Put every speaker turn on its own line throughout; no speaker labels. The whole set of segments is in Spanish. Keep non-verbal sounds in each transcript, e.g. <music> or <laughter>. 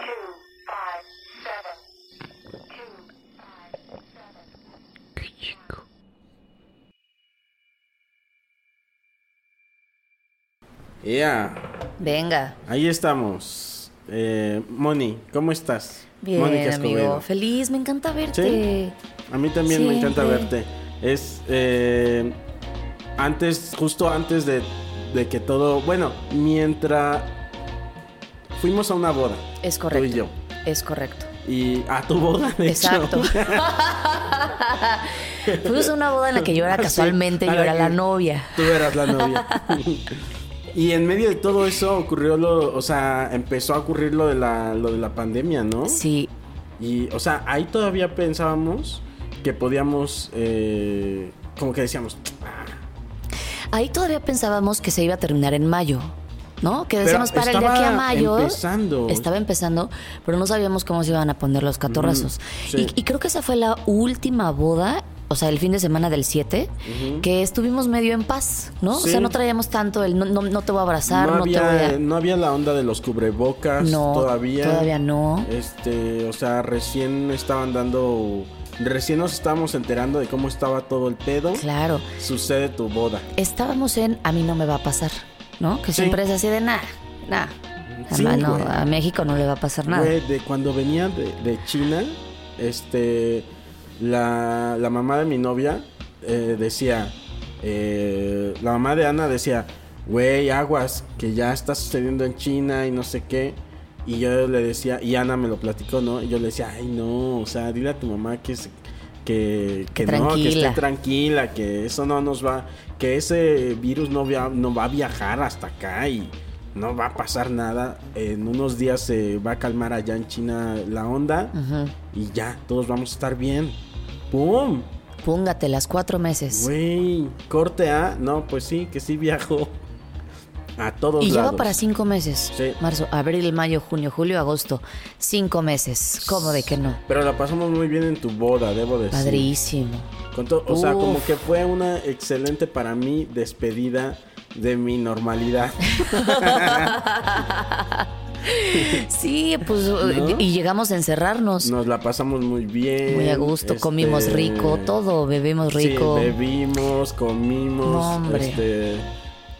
two, five, seven, two, five, seven.
Yeah,
Venga.
ahí estamos. Eh, Moni, ¿cómo estás?
Bien,
Mónica
amigo.
Escobedo.
Feliz, me encanta
Sí.
verte.
A mí también me encanta
Siempre.
verte. Es eh, antes, justo antes de, de que todo. Bueno, mientras fuimos a una boda.
Es correcto.
Tú y yo.
Es correcto.
Y a tu boda, de hecho.
Exacto.
<laughs>
Fuimos a una boda en la que yo era
Sí,
casualmente,
a
yo era
que
la novia.
Tú eras la
<laughs>
novia. y en medio de todo eso ocurrió lo. O sea, empezó a ocurrir lo de la, lo de la pandemia, ¿no?
Sí,
Y, o sea, ahí todavía pensábamos que podíamos. eh, como que decíamos. "Ah,
ahí todavía pensábamos que se iba a terminar en mayo, ¿no? Que
Pero
decíamos para el de
estaba
aquí a mayo.
empezando.
Estaba empezando, pero no sabíamos cómo se iban a poner los catorrazos.
Mm, sí.
y, y creo que esa fue la última boda, o sea, el fin de semana del 7, que estuvimos medio en paz, ¿no? O
Sí.
sea, no traíamos tanto el no, no- no te voy a abrazar,
no,
no,
había,
te voy a.
no había la onda de los cubrebocas
No,
todavía.
todavía no.
Este, o sea, recién estaban dando. Recién nos estábamos enterando de cómo estaba todo el pedo.
Claro.
Sucede tu boda.
estábamos en A mí no me va a pasar, ¿no? Que
Sí.
siempre es así de nada, nada.
Sí,
no,
güey.
a México no le va a pasar nada.
Güey, de cuando venía de, de China, este, la, la mamá de mi novia eh, decía, eh, la mamá de Ana decía, güey, aguas, que ya está sucediendo en China y no sé qué. Y yo le decía, y Ana me lo platicó, ¿no? Y yo le decía, ay, no, o sea, dile a tu mamá que se- Que, que,
Que
no, que esté
tranquila.
tranquila, que eso no nos va, que ese virus no, via- no va a viajar hasta acá y no va a pasar nada. En unos días se va a calmar allá en China la onda
Ujú.
y ya, todos vamos a estar bien. ¡Pum!
Póngate las cuatro meses.
Güey, corte A. No, pues sí, que sí viajo <laughs> a todos
Y ya
lados.
va para cinco meses.
Sí.
Marzo, abril, mayo, junio, julio, agosto. Cinco meses. ¿Cómo de que no?
Pero la pasamos muy bien en tu boda, debo decir.
Padrísimo.
Con to- o sea, como
Uf.
que fue una excelente para mí despedida de mi
<laughs>
normalidad.
Sí, pues. Y llegamos a encerrarnos.
Nos la pasamos muy bien.
Muy a gusto,
este,
comimos rico, todo, bebimos rico.
Sí, bebimos, comimos.
No, hombre.
este,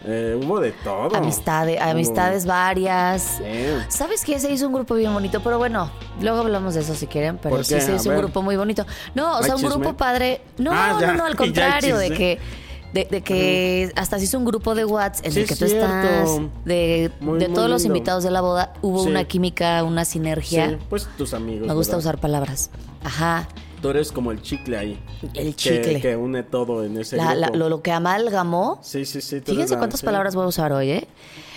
eh, hubo de todo.
Amistades,
Hubo-
amistades varias.
Eh,
¿Sabes qué? Se hizo un grupo bien bonito, pero bueno, luego hablamos de eso si quieren, pero
¿Por
sí
qué?
se
A
hizo un
ver.
grupo muy bonito. No, o
¿Hay
sea, un
chisme?
grupo padre. No,
Ah, <laughs> ya,
no, no,
ya
al
hay
contrario, de
chisme.
que de, de que hasta se hizo un grupo de WhatsApp en
Sí,
el que
es
tú estás,
cierto.
de,
Muy,
de
muy
todos los
lindo.
invitados de la boda, hubo
Sí.
una química, una
sí,
sinergia.
pues tus amigos.
Me gusta
¿verdad?
usar palabras. Ajá.
Tú eres como el chicle ahí. que-
El chicle.
Que, une todo en ese
La- la-
grupo.
lo, lo que amalgamó.
Sí, sí, sí. tú eres
Fíjense
la-
cuántas
sí.
palabras voy a usar hoy, ¿eh?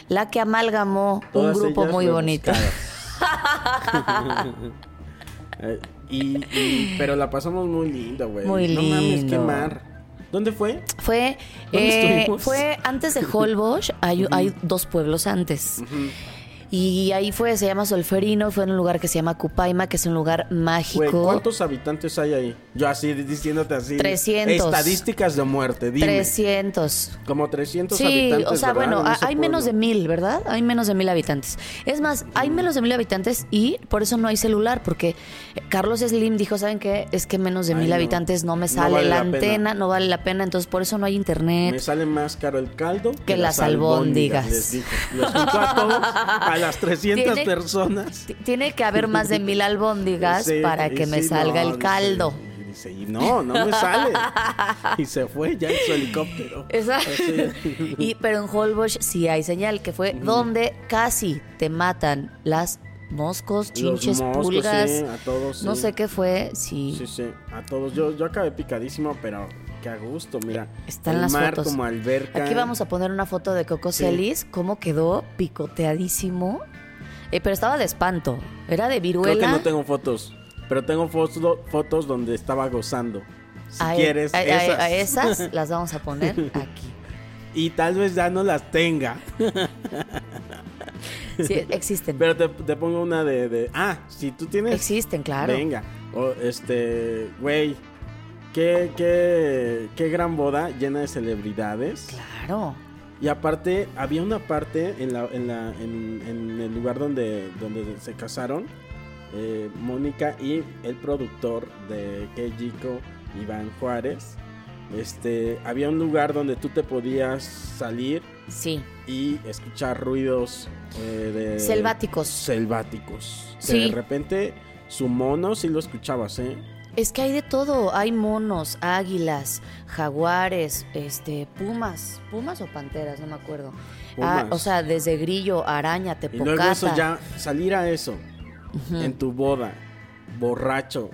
La que amalgamó
Todas
un grupo
ellas
muy bonito.
rebuscadas.
<laughs>
<laughs> Eh, y, y- pero la pasamos muy linda, güey.
Muy
No mames, qué
lindo.
mar. ¿Dónde fue?
Fue,
¿Dónde
eh,
estuvimos?
fue antes de Holbox, hay, hay dos pueblos antes. Y ahí fue, se llama Solferino, fue en un lugar que se llama Cupaima, que es un lugar
Güey,
mágico.
¿cuántos habitantes hay ahí? Yo así, diciéndote así.
300.
Estadísticas de muerte, dime.
300.
Como 300
Sí,
habitantes,
o sea,
¿verdad?
bueno,
en
a-
ese
hay menos de
pueblo.
mil, ¿verdad? Hay menos de mil habitantes. Es más, hay menos de mil habitantes y por eso no hay celular, porque Carlos Slim dijo, ¿saben qué? Es que menos de
Ay,
mil
no.
habitantes no me
No
sale
vale
la,
la pena.
antena, no vale la pena, entonces por eso no hay
Me
internet.
sale más caro el caldo que,
las albóndigas.
Les dije. Los juntó a todos, a las 300
Tiene-
personas.
T- Tiene que haber más de mil albóndigas
<laughs> Sí,
para
y
que me
sí, no,
salga el
dice-
caldo.
y dice, y no, no me
<laughs>
sale. Y se fue ya en su helicóptero.
Exacto. <laughs> Y, pero en Holbox sí hay señal, que fue donde casi te matan las moscos, chinches,
moscos,
pulgas.
sí, a todos,
No
sí.
sé qué fue, sí.
Sí, sí, a todos. Yo, yo acabé picadísimo, pero qué a gusto, mira.
Están
el
las
mar
fotos.
como alberca.
Aquí vamos a poner una foto de Coco Celis, cómo quedó picoteadísimo. Eh, pero estaba de espanto. Era de viruela.
Creo que no tengo fotos, pero tengo foto- fotos donde estaba gozando. Si
A-
quieres,
a- a-
esas.
a
<laughs>
esas las vamos a poner aquí.
Y tal vez ya no las tenga.
Sí, existen.
Pero te, te pongo una de, de- Ah, si tú tienes.
Existen, claro.
Venga. O este. Güey. Qué, qué, qué gran boda llena de celebridades.
Claro.
Y aparte, había una parte en, la, en, la, en, en el lugar donde, donde se casaron. eh, Mónica y el productor de Kejiko, Iván Juárez. Este, había un lugar donde tú te podías salir
Sí.
y escuchar ruidos eh, de-
Selváticos.
Selváticos. Que
Sí.
de repente su mono sí lo escuchabas, ¿eh?
Es que hay de todo, hay monos, águilas, jaguares, este, pumas, pumas o panteras, no me acuerdo. Ah,
Pumas.
o sea, desde grillo, araña,
Y
tepocata.
luego eso ya, salir a eso en tu boda, borracho,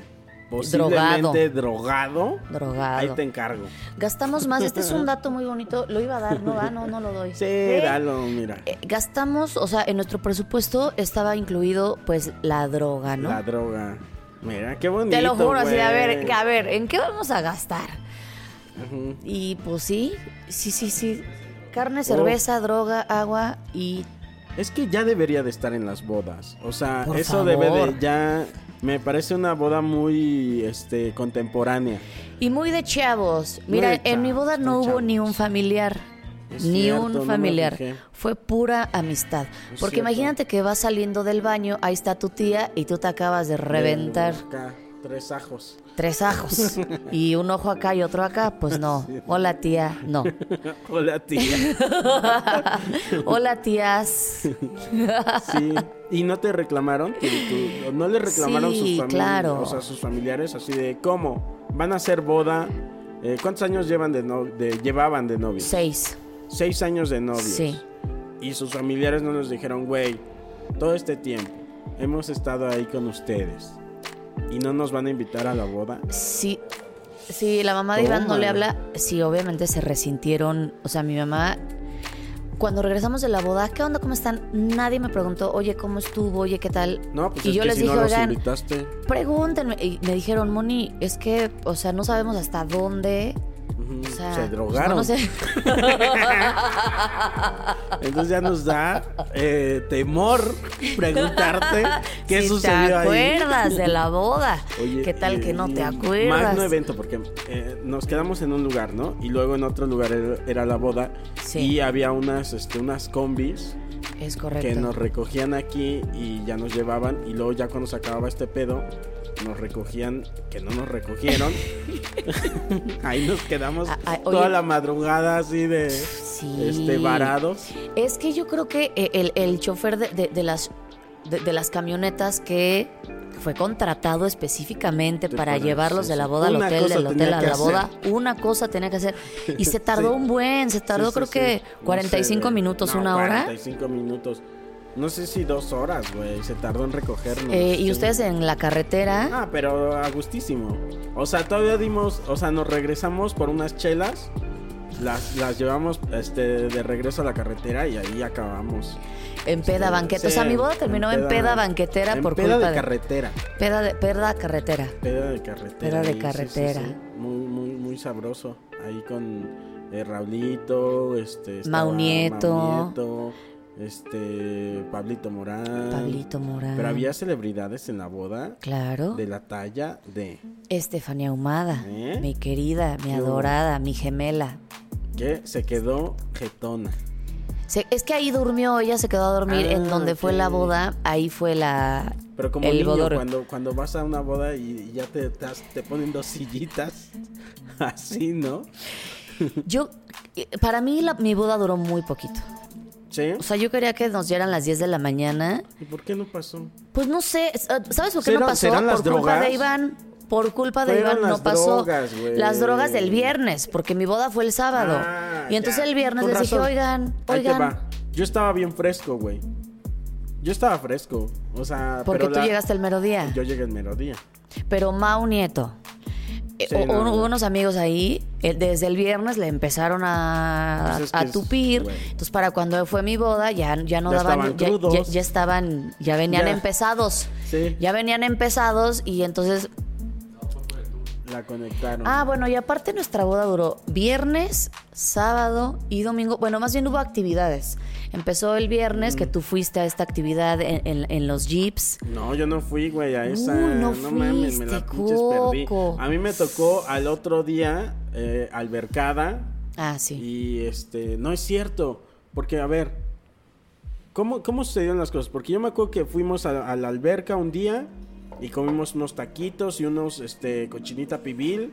posiblemente drogado,
Drogado.
ahí te encargo.
Gastamos más,
<laughs>
este es un dato muy bonito, lo iba a dar, no va, no, no lo doy.
Sí,
¿Eh?
dalo, mira.
Eh, Gastamos, o sea, en nuestro presupuesto estaba incluido pues la droga, ¿no?
La droga. Mira, qué bonito.
Te lo juro, así, de, a
güey.
ver, a ver, ¿en qué vamos a gastar? Y pues sí, sí, sí, sí. Carne, cerveza, droga, agua y
Es que ya debería de estar en las bodas. O sea,
Por
eso debe de
favor.
ya. Me parece una boda muy este contemporánea.
Y muy de chavos.
Muy
Mira,
de
en mi
chavos,
boda no
muy
hubo ni
chavos.
un familiar.
Es
ni
cierto, no
un
me
familiar.
fijé.
Fue pura amistad.
Es
Porque
cierto.
imagínate que vas saliendo del baño, ahí está tu tía y tú te acabas de reventar
Acá, tres ajos. <laughs>
tres ajos. y un ojo acá y otro acá. Pues no. Hola tía,
<laughs>
no.
Hola, tía.
Hola tías.
Sí. ¿Y no te reclamaron? ¿Tú- tú- ¿No le reclamaron
Sí,
sus, famili-
claro.
o sea, sus familiares así de cómo? ¿Van a hacer boda? Eh, ¿Cuántos años llevan de no- de- llevaban de novios?
Seis.
Seis años de novios.
Sí.
Y sus familiares no nos dijeron, güey, todo este tiempo hemos estado ahí con ustedes y no nos van a invitar a la boda.
Sí. Sí, la mamá de Iván no le
Tómala.
habla. Sí, obviamente se resintieron. O sea, mi mamá. Cuando regresamos de la boda, ¿qué onda? ¿Cómo están? Nadie me preguntó, oye, ¿cómo estuvo? Oye, ¿qué tal?
No, pues
y
es
yo
que
les
si
dije,
no los
oigan,
invitaste.
pregúntenme. Y me dijeron, Moni, es que, o sea, no sabemos hasta dónde.
Ujú,
O sea,
se
pues,
drogaron.
no, no sé.
Entonces ya nos da eh, temor
<laughs>
preguntarte qué
si
sucedió
te
ahí.
acuerdas de la boda.
Oye,
¿Qué tal que no
y
te
Más
acuerdas?
no evento, porque eh, nos quedamos en un lugar, ¿no? Y luego en otro lugar era, era la boda.
Sí.
Y había unas, este, unas combis
Es correcto.
que nos recogían aquí y ya nos llevaban. Y luego ya cuando se acababa este pedo, nos recogían, que no nos
<laughs>
recogieron. <laughs> Ahí nos quedamos
A- a-
toda
oye.
la madrugada así de
Sí.
este varados.
Es que yo creo que eh, el, el chofer de, de- de las, de, de las camionetas que fue contratado específicamente
Te
para
paran,
llevarlos
sí,
de la
sí.
boda al
Una
hotel,
cosa
del hotel
tenía
a
que
la boda,
hacer.
una cosa tenía que hacer. Y se
<laughs>
tardó
Sí.
un buen, se tardó
Sí, sí,
creo
sí.
que
No sé,
45
güey.
minutos,
No,
una hora.
45 minutos. No sé si dos horas, güey. Se tardó en recogernos.
Eh, y
Sí.
ustedes en la carretera,
Ah, pero a gustísimo. O sea, todavía dimos, o sea, nos regresamos por unas chelas. Las, las llevamos este, de regreso a la carretera y ahí acabamos.
en peda banqueta. o sea,
Sí,
mi boda terminó en peda, banquetera
en
por
peda
culpa
de carretera.
peda de peda carretera.
Peda de carretera.
Peda de
ahí, sí, sí,
carretera.
sí. Muy, muy, muy sabroso. Ahí con eh, Raulito, este. estaba
Mau Nieto.
Mau Nieto, este Pablito Morán.
Pablito Morán.
Pero había celebridades en la boda
Claro.
de la talla de
Estefanía Humada,
¿Eh?
mi querida, mi
Yo.
adorada, mi gemela.
que se quedó jetona.
Se- es que ahí durmió, ella se quedó a dormir
Ah,
en donde fue la
ok.
boda, ahí fue la
Pero como
el
niño,
bodorrio.
cuando, cuando vas a una boda y ya te, te, has- te ponen dos sillitas, <laughs> así, ¿no?
Yo eh, para mí la- mi boda duró muy poquito.
¿Sí?
O sea, yo quería que nos dieran las 10 de la mañana.
¿Y por qué no pasó?
Pues no sé, s- eh, ¿sabes por qué no
¿Serán-
pasó?
serán
por
las
culpa
drogas?
de Iván. Por culpa de
Fueron
Iván no
las
pasó.
drogas, güey.
las drogas del viernes, porque mi boda fue el sábado.
Ah,
y entonces
ya.
el viernes
Con
les dije,
razón.
oigan,
Ahí te
oigan.
va. Yo estaba bien fresco, güey. Yo estaba fresco. O sea,
Porque
pero
tú
la-
llegaste el mero día.
Yo llegué el melodía.
Pero Mau Nieto. eh,
Sí,
o-
no,
o-
no.
Hubo unos amigos ahí, eh, desde el viernes le empezaron a,
Pues es
a
que es-
tupir.
güey.
Entonces, para cuando fue mi boda, ya, ya no
Ya
daban.
estaban
ya- ya,
crudos.
ya estaban, ya venían
Ya.
empezados.
Sí.
Ya venían empezados y entonces.
La conectaron.
Ah, bueno, y aparte nuestra boda duró viernes, sábado y domingo. Bueno, más bien hubo actividades. Empezó el viernes,
Mm.
que tú fuiste a esta actividad en, en- en los jeeps.
No, yo no fui, güey, a esa.
Uy, Uh, no
no mames, me la
fuiste,
pinches perdí.
Coco.
A mí me tocó al otro día eh, albercada
Ah, sí.
y este, no es cierto, porque a ver, ¿cómo, cómo sucedieron las cosas? Porque yo me acuerdo que fuimos a, a la alberca un día y comimos unos taquitos y unos este cochinita pibil.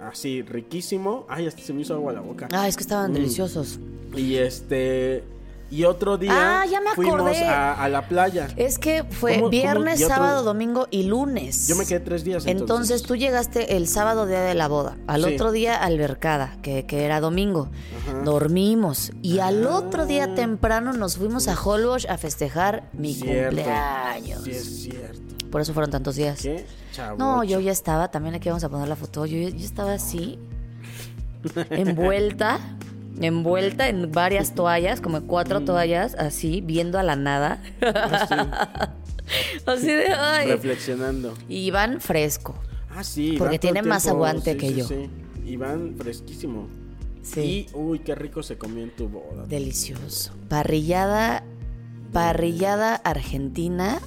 Así, riquísimo. Ay, hasta se me hizo agua la boca.
Ah, es que
Mm.
estaban deliciosos.
Y este. Y otro día
Ah, ya me
fuimos
acordé.
a, a la playa.
Es que fue
¿Cómo- cómo-
viernes,
y otro-
sábado, domingo y lunes.
Yo me quedé tres días.
Entonces, tú llegaste el sábado día de la boda, al
Sí.
otro día albercada, que, que era domingo.
Ajá. Ah.
Dormimos y al otro día temprano nos fuimos a Holbox a festejar mi
Cierto.
cumpleaños.
Sí, es cierto.
Por eso fueron tantos días.
¿Qué? Chavo.
No, yo ya estaba, también aquí vamos a poner la foto, yo, yo estaba así, envuelta, envuelta en varias toallas, como cuatro toallas, así, viendo a la nada. <laughs> así de, ay.
Reflexionando.
Y Iván fresco.
Ah, sí.
Porque
Iván todo el
tiene más
tiempo-
aguante
sí,
que
sí,
yo.
Sí, Iván fresquísimo.
Sí.
Y, uy, qué rico se comió en tu boda.
Delicioso. Parrillada, parrillada argentina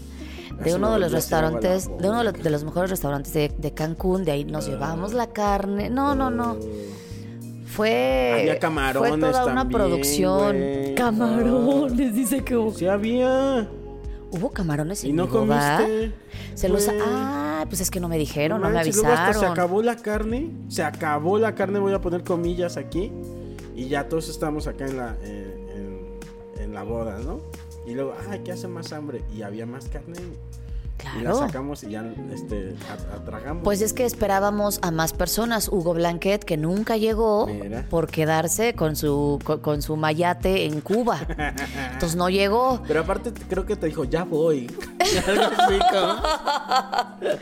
de
Eso
uno de
me-
los
ya se me agua la
restaurantes, de uno de los,
boca.
de los mejores restaurantes de, de Cancún, de ahí nos
Ah.
llevamos la carne. No, no, no. Fue,
Oh. Había camarones
fue toda una
también,
producción.
güey.
Camarones, dice que hubo.
Sí había.
Hubo camarones en
Y no
mi boda.
comiste.
Se los
güey.
Ah, pues es que no me dijeron, no, me
manches, luego hasta se
avisaron.
acabó la carne. Se acabó la carne, voy a poner comillas aquí. Y ya todos estamos acá en la, en, en- en la boda, ¿no? Y luego, ay, ¿qué hace más hambre? Y había más carne. Y la
Claro.
sacamos y ya este, a- atragamos.
Pues es que esperábamos a más personas. Hugo Blanquet, que nunca llegó
Mira.
por quedarse con su, con, con su mayate en Cuba. Entonces no llegó.
Pero aparte te- creo que te dijo, ya voy. <laughs> Algo así,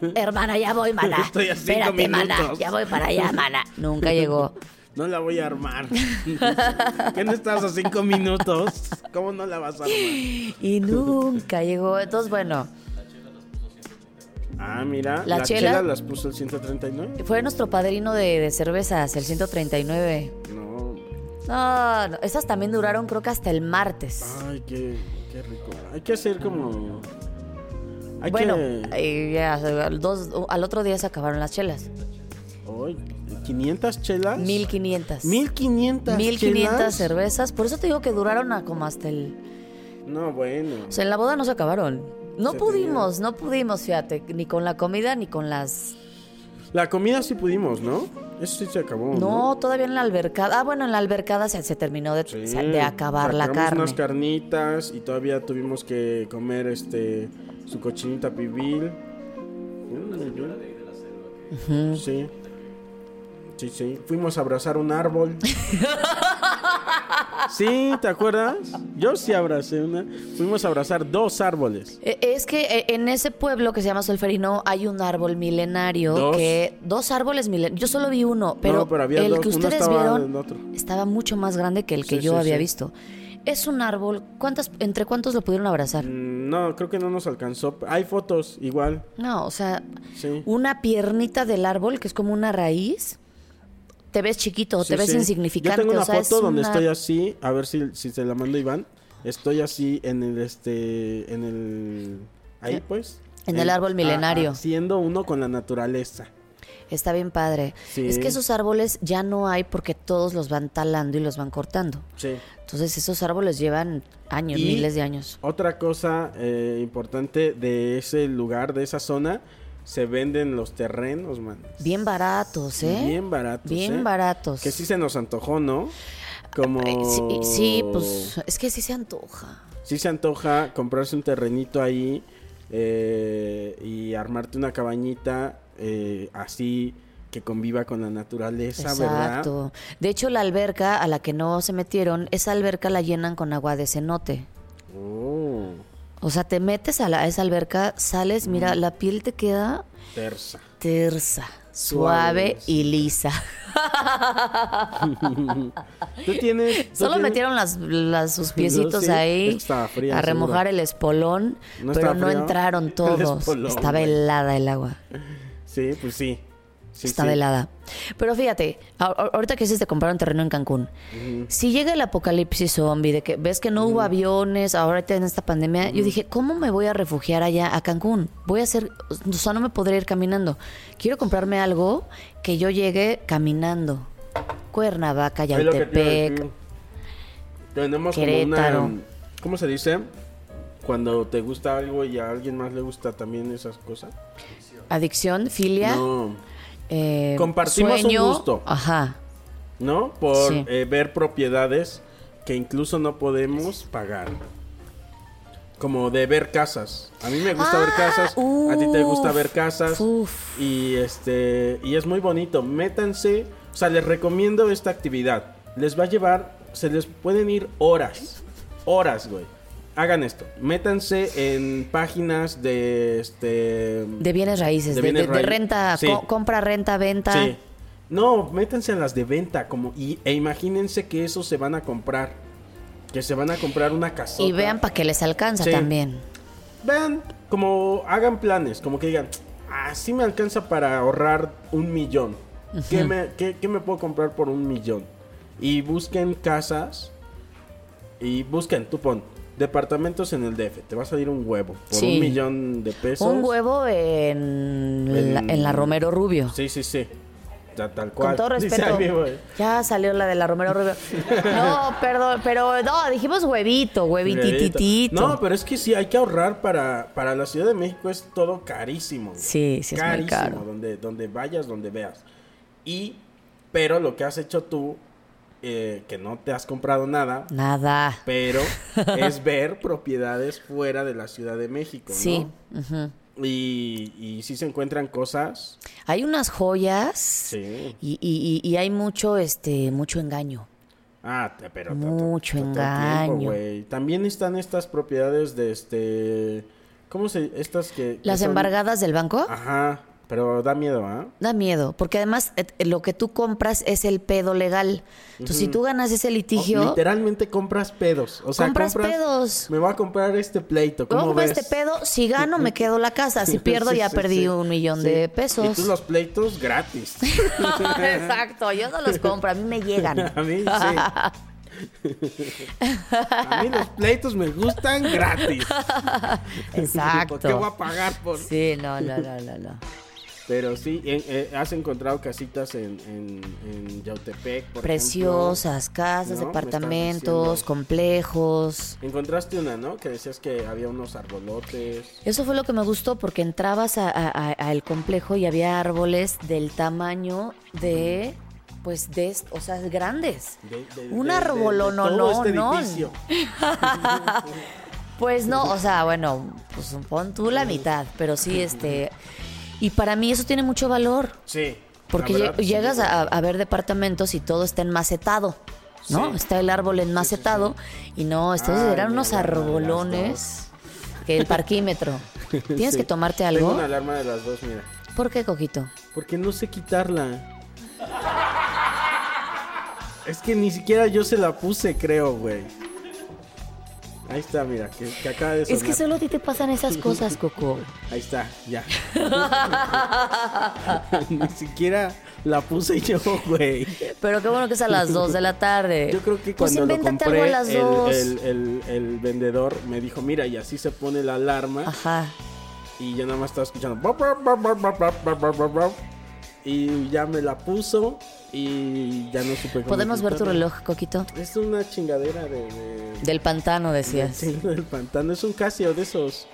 ¿no?
Hermana, ya voy, mana.
<laughs> Estoy a cinco
Espérate, mana.
minutos.
Ya voy para allá, mana. Nunca llegó.
No la voy a armar. <laughs> ¿Qué no estás a cinco minutos? ¿Cómo no la vas a armar?
Y nunca llegó. Entonces, bueno,
Ah, mira.
La
La,
chela-
chela? las puso el 139.
fue nuestro padrino de, de cervezas, el 139.
No.
No, no, esas también duraron creo que hasta el martes.
Ay, qué, qué rico. Hay que hacer como. Hay
bueno,
que.
eh, ya, al dos- al otro día se acabaron las chelas.
Ay, 500 chelas.
1500.
1500.
1500
chelas.
cervezas. Por eso te digo que duraron a como hasta el.
No, bueno.
O sea, en la boda no se acabaron. No
Se
pudimos, no pudimos, fíjate, ni con la comida ni con las.
La comida sí pudimos, ¿no? Eso sí se acabó.
No,
No,
todavía en la albercada. Ah, bueno, en la albercada se, se terminó de,
Sí.
se- de acabar la
Sacamos
carne.
unas carnitas y todavía tuvimos que comer este su cochinita pibil. Mm, ujú. Sí. Sí, sí. Fuimos a abrazar un
<laughs>
árbol. Sí, ¿te acuerdas? Yo sí abracé una. Fuimos a abrazar dos árboles.
Eh, Es que eh, en ese pueblo que se llama Solferino hay un árbol milenario
Dos.
que dos árboles milenarios. Yo solo vi uno, pero,
No, pero había
el
dos.
que
Uno
ustedes
estaba
vieron
en otro.
estaba mucho más grande que el que
Sí,
yo
sí,
había
sí.
visto. Es un árbol. ¿Cuántas entre cuántos lo pudieron abrazar?
Mm, No, creo que no nos alcanzó. Hay fotos igual.
No, o sea,
Sí.
una piernita del árbol que es como una raíz. Te ves chiquito,
Sí,
te ves
sí.
insignificante.
Yo tengo una
o sea, es
foto donde
una-
estoy así, a ver si, si se la mando a Iván. Estoy así en el este. En el. Ahí pues.
Eh, En el árbol milenario.
a- a- siendo uno con la naturaleza.
Está bien padre.
Sí.
Es que esos árboles ya no hay porque todos los van talando y los van cortando.
Sí.
Entonces esos árboles llevan años,
Y-
miles de años.
Otra cosa eh, importante de ese lugar, de esa zona, se venden los terrenos, man.
Bien baratos, ¿eh?
Bien baratos.
Bien
¿eh?
baratos.
Que sí se nos antojó, ¿no? Como.
Ay, Eh, sí, sí, pues es que sí se antoja.
Sí se antoja comprarse un terrenito ahí eh, y armarte una cabañita eh, así que conviva con la naturaleza, ¿verdad?
Exacto. De hecho, la alberca a la que no se metieron, esa alberca la llenan con agua de cenote.
Oh,
O sea, te metes a, la, a esa alberca, sales, mira, la piel te queda
tersa.
tersa, suave
Suave. <laughs>
y lisa. <laughs>
Tú tienes. tú
Solo
tienes-
metieron las, las- sus piecitos
Sí,
ahí
estaba fría,
a remojar el espolón,
¿No
pero
estaba
no
frío? <laughs>
entraron
El
todos.
espolón,
Estaba
güey.
helada el agua.
Sí, pues sí. Sí,
estaba
sí.
helada. Pero fíjate, a- a- ahorita que dices de comprar un terreno en Cancún, si llega el apocalipsis zombie, de que ves que no hubo aviones, ahorita en esta pandemia, yo dije, ¿cómo me voy a refugiar allá a Cancún? Voy a hacer, o sea, no me podré ir caminando. Quiero comprarme algo que yo llegue caminando. Cuernavaca,
Es lo que te iba a
Yaltepec.
decir. Tenemos
Querétaro.
como una. ¿Cómo se dice? Cuando te gusta algo y a alguien más le gusta también esas cosas.
Adicción, filia.
No.
eh,
Compartimos un
sueño.
gusto.
Ajá.
¿no? Por
Sí.
eh, ver propiedades que incluso no podemos pagar. Como de ver casas. A mí me gusta ver
Ah,
casas, a ti te gusta
uf,
ver casas
uf.
y este y es muy bonito. Métanse, o sea, les recomiendo esta actividad. Les va a llevar, se les pueden ir horas. Horas, güey. Hagan esto. Métanse en páginas de este
De bienes raíces,
De
de,
bienes
de- de
raíces.
renta,
Sí.
co- compra, renta, venta.
Sí. No, métanse en las de venta como y, e imagínense que esos se van a comprar. Que se van a comprar una casa.
Y vean para qué les alcanza
Sí.
también.
Vean, como hagan planes, como que digan, así me alcanza para ahorrar un millón. ¿Qué, me, qué- qué me puedo comprar por un millón? Y busquen casas y busquen, tú pon, departamentos en el DF. Te va a salir un huevo por
Sí.
un millón de pesos.
Un huevo en,
En-
la, en la Romero Rubio.
Sí, sí, sí. Ta- Tal cual.
Con todo
<laughs> Dice
respeto.
ahí, güey.
ya salió la de la Romero Rubio. No, perdón, pero no, dijimos huevito, huevitititito.
No, pero es que sí, hay que ahorrar para, para la Ciudad de México, es todo carísimo. güey.
Sí, sí, es muy
carísimo,
caro.
Donde, donde vayas, donde veas. Y, pero lo que has hecho tú, eh, que no te has comprado nada,
Nada. <laughs>
pero es ver propiedades fuera de la Ciudad de México. ¿no?
Sí. ujú.
Y, y sí se encuentran cosas.
Hay unas joyas
Sí.
y, y- y- y hay mucho, este, mucho engaño.
Ah, te- pero ta- ta-
Mucho
ta- todo el
engaño.
güey. También están estas propiedades de este. ¿Cómo se.? Estas que. que
Las
son- Ah.
embargadas del banco
Ajá, pero da miedo, ¿ah?
da miedo, porque además eh, eh, lo que tú compras es el pedo legal. Entonces, si tú ganas
Oh,
ese litigio,
O- Literalmente compras pedos. O sea,
Compras
compras,
pedos.
Me voy a comprar este pleito.
Voy a
¿Cómo
comprar
ves?
este pedo, si gano me quedo la casa,
<laughs>
si pierdo
Sí,
ya
sí,
perdí
sí.
un millón
Sí.
de
Y tú
pesos.
los pleitos
<laughs>
gratis.
Exacto, yo no los compro, a mí me
<laughs>
llegan.
A mí sí. A
<laughs>
mí los pleitos me gustan gratis. ¿Por qué voy
Exacto.
a pagar por?
Sí, no, no, no, no, no.
Pero sí, en- eh, has encontrado casitas en, en, en Yautepec, por
Preciosas, casas,
No, me estás
departamentos,
diciendo.
complejos.
ejemplo. Encontraste una, ¿no? Que decías que había unos arbolotes.
Eso fue lo que me gustó porque entrabas a- a- a- al complejo y había árboles del tamaño de, pues, de, est- o sea, grandes.
De, de-
Un
de- de- de
arbolono,
todo
no,
este
no.
edificio.
<laughs> Pues no, o sea, bueno, pues pon tú la mitad, pero sí, este... Y para mí eso tiene mucho valor.
Sí.
Porque
la
lle-
verdad, sí.
llegas a, a ver departamentos y todo está enmacetado, ¿no?
Sí.
Está el árbol enmacetado y no, estos
Ay,
eran
mi
unos
alarma de las
arbolones que el parquímetro.
<laughs>
¿Tienes
Sí.
que tomarte
Tengo
algo?
una alarma de las dos, mira.
¿Por qué, Coquito?
Porque no sé quitarla. Es que ni siquiera yo se la puse, creo, güey. Ahí está, mira, que, que acaba de sonar.
Es que solo a ti te pasan
<laughs>
esas cosas, Coco.
Ahí está, ya. <laughs> ni siquiera la puse yo, güey.
Pero qué bueno que es a las 2 de la tarde.
Yo creo que
Pues
cuando lo
invéntate algo
compré,
a las
el-
2.
el, el- el vendedor me dijo, mira, y así se pone la alarma.
Ajá.
Y yo nada más estaba escuchando. "Bop, bop, bop, bop, bop, bop, bop, bop, bop, bop", Y ya me la puso y ya no supe cómo
¿Podemos ver tu
quitarla.
reloj, Coquito?
Es una chingadera de... de-
Del pantano, decías.
Sí, del pantano. Es un Casio de esos.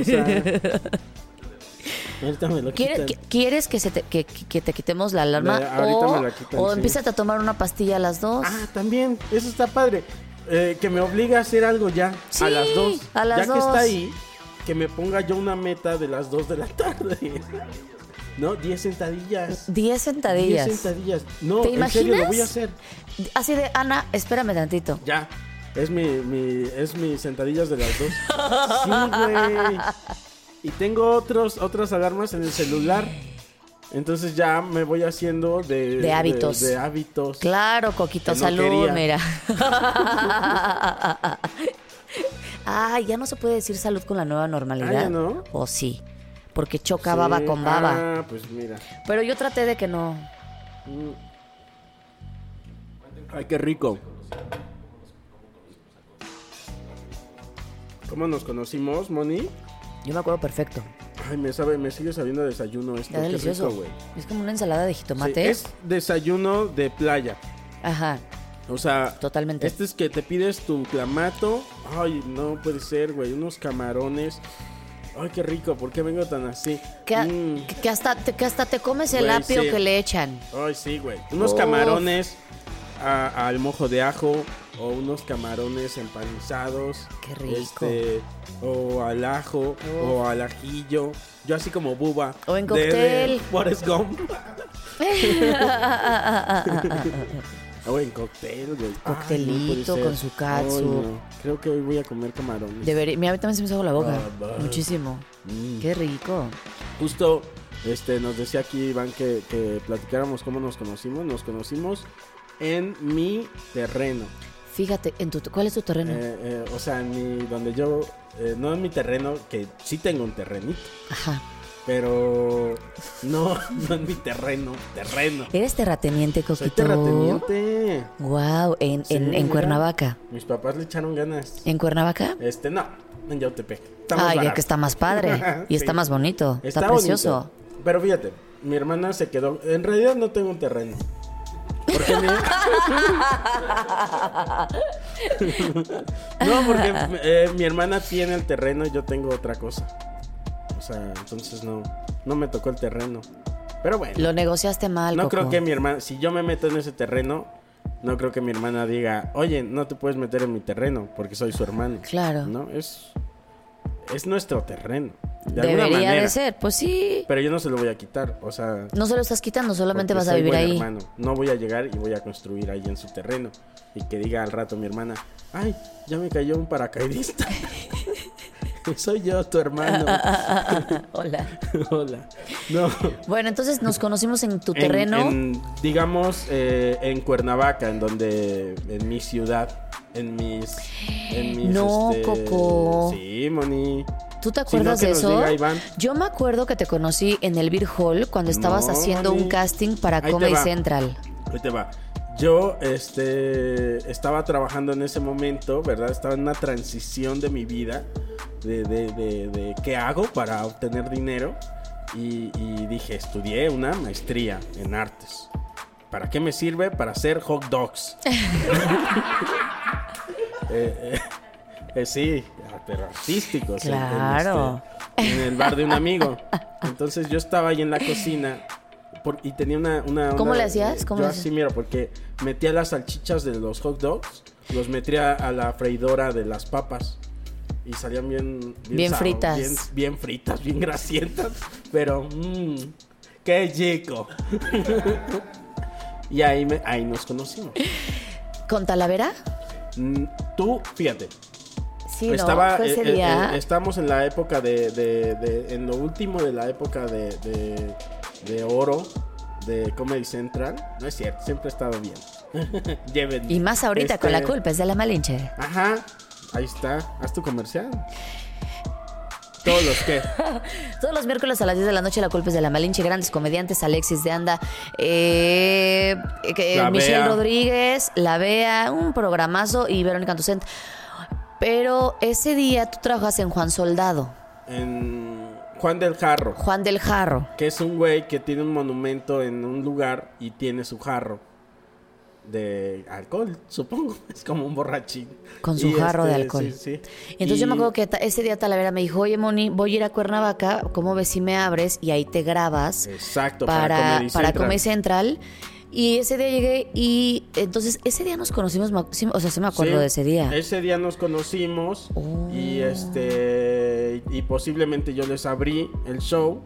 O
<laughs>
sea... ahorita me lo
¿Quiere-
quitan.
qui- ¿Quieres que, se te, que, que te quitemos la alarma?
Me- ahorita
o
me la quitan,
o
sí.
empiézate a tomar una pastilla a las 2.
Ah, también. Eso está padre. Eh, que me obliga a hacer algo ya.
Sí,
a las dos.
a las
ya
dos.
que está ahí, que me ponga yo una meta de las dos de la <laughs> tarde. ¿No? 10 sentadillas.
10
10
sentadillas.
sentadillas. No,
¿Te
en serio, lo
imaginas?
voy a hacer.
Así de, Ana, espérame tantito.
Ya. Es mi, mi, es mi sentadillas de las
<laughs>
dos. Sí, güey. Y tengo otros, otras alarmas en el celular. Entonces ya me voy haciendo de,
De hábitos.
De, hábitos.
Claro, Coquito,
Que no
salud,
quería. <laughs>
mira. Ay, ya no se puede decir salud con la nueva normalidad.
Ah, ¿ya no?
O sí. Porque choca
Sí.
baba con baba.
Ah, pues mira.
Pero yo traté de que no.
Ay, qué rico. ¿Cómo nos conocimos, Moni?
Yo me acuerdo perfecto.
Ay, me sabe, me sigue sabiendo a desayuno esto.
Está
qué
delicioso.
rico, güey.
es como una ensalada de
Sí,
jitomate.
es desayuno de playa.
Ajá.
O sea,
Totalmente.
Este es que te pides tu clamato. Ay, no puede ser, güey. Unos camarones. Ay, qué rico. ¿Por qué vengo tan así?
Que,
Mm.
que- que hasta, te- que hasta te comes el
Güey,
apio
sí.
que le echan.
Ay, sí, güey. Unos
Uf.
camarones a- al mojo de ajo o unos camarones empanizados.
Qué rico.
Este, o al ajo o al ajillo. Yo así como buba.
O en
de- de
cóctel.
Forrest
<laughs>
Gump. <laughs> o en cóctel, güey. Ay, no puede
Coctelito
ser.
con su
Ay,
catsup.
no. Creo que hoy voy a comer camarones. Mm.
Debería, mira, a mí también se me hizo agua la boca.
Ah, va.
Muchísimo. Qué rico.
Justo este, nos decía aquí Iván que, que platicáramos cómo nos conocimos. Nos conocimos en mi terreno.
Fíjate, en tu, ¿cuál es tu terreno?
Eh, eh, o sea, en mi, donde yo, eh, no en mi terreno, que sí tengo un terrenito,
Ajá.
pero no, <laughs> no en mi terreno, terreno.
Eres terrateniente,
Soy
Coquito.
terrateniente.
Wow, en,
Sí,
en, en
mira.
Cuernavaca.
Mis papás le echaron ganas.
¿En Cuernavaca?
Este, no, en Yautepec. Está más
Ay, ya
barato.
que está más padre. Y
<laughs> Sí.
está más bonito. Está,
bonito.
precioso.
Pero fíjate, mi hermana se quedó, en realidad no tengo un terreno. Porque mi- <laughs> no, porque eh, mi hermana tiene el terreno y yo tengo otra cosa. O sea, entonces no, no me tocó el terreno. Pero bueno,
Lo negociaste mal,
no creo
Coco.
que mi hermana, si yo me meto en ese terreno, no creo que mi hermana diga, oye, no te puedes meter en mi terreno porque soy su hermano.
Claro.
No, es, es nuestro terreno. De alguna
Debería
manera.
de ser. Pues sí.
Pero yo no se lo voy a quitar, o sea...
No se lo estás quitando, solamente
porque
vas a
soy
vivir
buen
ahí.
hermano. No voy a llegar y voy a construir ahí en su terreno. Y que diga al rato mi hermana, ay, ya me cayó un paracaidista. <laughs> soy yo, tu
<laughs>
hermano.
Hola.
Hola. No.
Bueno, entonces nos conocimos en tu
En-
terreno.
en, digamos, eh, en Cuernavaca, en donde, en mi ciudad, en mis... En mis este,
No, Coco.
Sí, Moni.
¿Tú te
Si no,
acuerdas
que
de
nos
eso?
diga Iván.
Yo me acuerdo que te conocí en el Beer Hall cuando estabas
No,
haciendo
Moni.
un casting para
Ahí te
Comedy
va.
Central.
Ahí te va. Yo este, estaba trabajando en ese momento, ¿verdad? Estaba en una transición de mi vida, de, de- de- de qué hago para obtener dinero. Y, y dije, estudié una maestría en artes. ¿Para qué me sirve? Para hacer hot dogs.
<laughs>
Eh, eh, eh, sí, pero artísticos. en- en
Claro.
este, En, el bar de un amigo. Entonces yo estaba ahí en la cocina por- y tenía una... una-
¿Cómo
una-
le hacías? ¿Cómo
yo
le hacías?
así, mira, porque metía las salchichas de los hot dogs, los metía a la freidora de las papas y salían bien... Bien,
Bien
sabo-
fritas.
Bien, bien fritas, bien grasientas, pero... Mmm, ¡Qué chico! <laughs> y ahí, me, ahí nos conocimos.
¿Con Talavera?
Mm, Tú, fíjate,
Sí,
estaba,
no, fue ese
eh, eh,
día.
eh, estamos en la época de, de- de- en lo último de la época de, de- de oro de Comedy Central. No es cierto, siempre he estado bien. <laughs> Llévenme.
y más ahorita con la
Este,
culpa, es de la Malinche.
Ajá, ahí está, haz tu comercial. Todos los que.
Todos los miércoles a las 10 de la noche la culpa es de la Malinche, grandes comediantes, Alexis de Anda, eh, eh, que-
La
Michelle
Bea.
Rodríguez, La Bea, un programazo y Verónica Antucent. Pero ese día tú trabajas en Juan Soldado,
En Juan del Jarro.
Juan del Jarro.
Que es un güey que tiene un monumento en un lugar y tiene su jarro de alcohol, supongo. <laughs> Es como un borrachín.
Con su
Y,
jarro de
este,
alcohol.
sí, sí.
Y entonces yo me
Y-
acuerdo que ta- ese día Talavera me dijo, oye Moni, voy a ir a Cuernavaca, ¿cómo ves si me abres? Y ahí te grabas
Exacto, para, Eh,
para,
Comedy
para
Central.
Comedy Central. Y ese día llegué y entonces ese día nos conocimos, me ac- sí, o sea, sí me acuerdo
Sí,
de ese día. Oh.
Ese día nos conocimos y este y posiblemente yo les abrí el show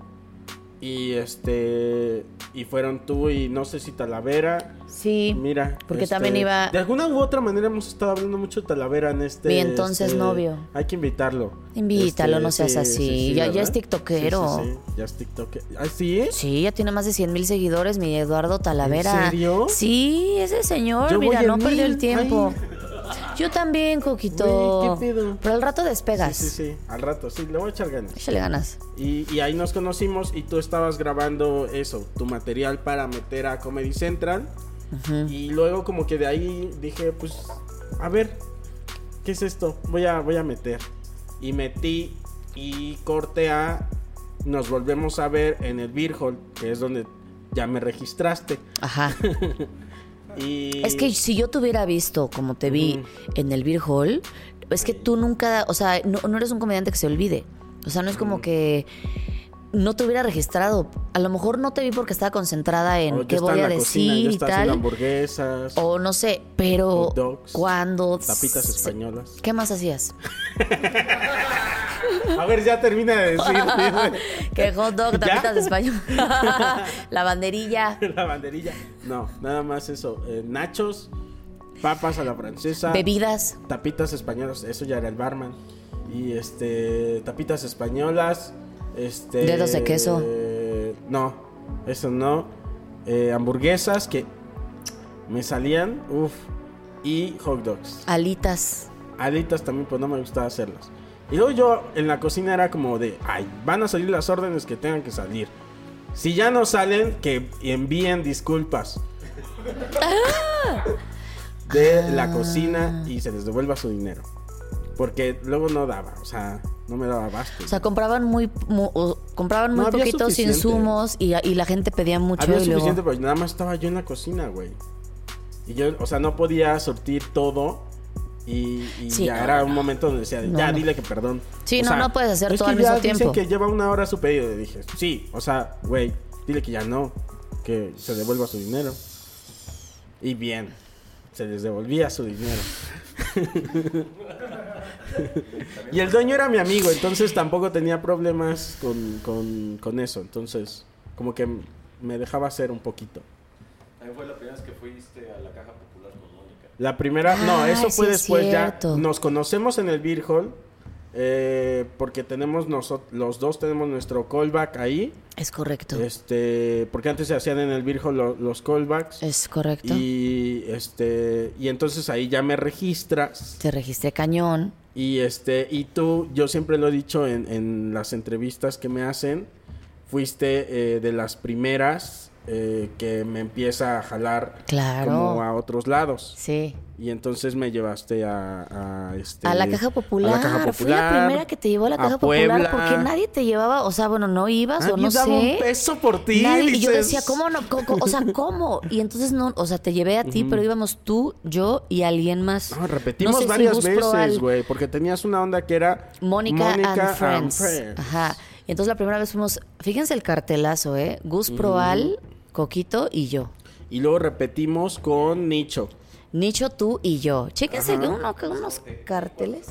y este y fueron tú y no sé si Talavera.
Sí,
Mira,
porque
este,
también iba...
De alguna u otra manera hemos estado hablando mucho de Talavera en este
Mi entonces
este,
novio.
Hay que invitarlo. Este,
Invítalo, no seas así. Ya- ya
¿verdad?
es tiktokero.
Sí, sí, sí, Ya es tiktokero. ¿Ah, sí?
Sí, ya tiene más de 100 mil seguidores, mi Eduardo Talavera.
¿En serio?
Sí, ese señor,
Yo voy
mira,
en
no perdió el
mil.
tiempo.
Ay.
Yo también, Coquito.
Güey, ¿qué pedo?
Pero al rato despegas.
Sí, sí, sí. Al rato, sí, le voy a echar ganas.
Échale ganas.
Y, y ahí nos conocimos y tú estabas grabando eso, tu material para meter a Comedy Central. Y luego como que de ahí dije, pues, a ver, ¿qué es esto? Voy a, voy a meter. Y metí y corte a... Nos volvemos a ver en el Beer Hall, que es donde ya me registraste.
Ajá.
Y...
Es que si yo te hubiera visto como te vi en el Beer Hall, es que tú nunca, o sea, no, no eres un comediante que se olvide. O sea, no es como que no te hubiera registrado. A lo mejor no te vi porque estaba concentrada en
o ya
qué
está en
voy a
la cocina,
decir
ya
y
está haciendo
tal.
hamburguesas,
O no sé, pero
Hot dogs,
cuando...
tapitas españolas.
¿Qué
<laughs>
más hacías?
A ver, ya termina de
<laughs>
decir
que hot dog,
¿Ya?
tapitas españolas, <laughs> la banderilla,
<laughs> la banderilla. No, nada más eso. eh, nachos, papas a la francesa.
bebidas.
Tapitas españolas, eso ya era el barman. Y este, tapitas españolas, este...
Dedos de queso.
eh, no, eso no. Eh, hamburguesas que me salían, uff. Y hot dogs.
Alitas.
Alitas también, pues no me gustaba hacerlas. Y luego yo en la cocina era como de, ay, van a salir las órdenes que tengan que salir. Si ya no salen, que envíen disculpas. De la cocina y se les devuelva su dinero. Porque luego no daba, o sea, no me daba abasto.
O sea, compraban muy, mu- o- compraban muy
No había
poquitos
suficiente.
insumos y, y la gente pedía mucho.
Había
y luego-
suficiente, pero nada más estaba yo en la cocina, güey. Y yo, o sea, no podía sortir todo. Y, y
Sí,
ya
no,
era un momento donde decía,
No,
ya
no.
dile que perdón.
Sí,
O
no, no puedes hacer
es
todo
que
al
ya
mismo
dicen
tiempo.
que lleva una hora su pedido. Y dije, sí, o sea, güey, dile que ya no. Que se devuelva su dinero. Y bien, se les devolvía su dinero. y el dueño era mi amigo, entonces tampoco tenía problemas con, con, con eso. Entonces, como que me dejaba hacer un poquito.
También fue la primera vez que fuiste a la caja popular con Mónica.
La primera, no,
Ah,
eso fue
sí es
después
cierto.
ya. Nos conocemos en el Beer Hall. eh, porque tenemos nosotros, los dos tenemos nuestro callback ahí.
Es correcto. Es,
Este, porque antes se hacían en el Beer Hall lo- los callbacks.
correcto.
Y este, y entonces ahí ya me registras.
Te registré cañón.
Y este, y tú, yo siempre lo he dicho en, en las entrevistas que me hacen, fuiste eh, de las primeras eh, que me empieza a jalar
Claro.
como a otros lados.
Sí.
Y entonces me llevaste a, a, este,
a la caja popular.
a la Caja
Fui la
Popular,
primera que te llevó a la caja
Puebla.
popular porque nadie te llevaba, o sea, bueno, no ibas o
Nadie
no
daba
sé.
un peso por ti.
Nadie- y yo
dices.
decía, ¿cómo no? Co- co- o
<laughs>
sea, ¿cómo? Y entonces no, o sea, te llevé a ti, pero íbamos tú, yo y alguien más.
No, Ah, repetimos
No sé si
varias
Gus Proal,
veces, güey, porque tenías una onda que era
Mónica and Friends.
Friends.
Ajá. Y entonces la primera vez fuimos, fíjense el cartelazo, ¿eh? Gus Proal, Coquito y yo.
Y luego repetimos con Nicho.
Nicho, tú y yo. Chéquense uno- unos carteles.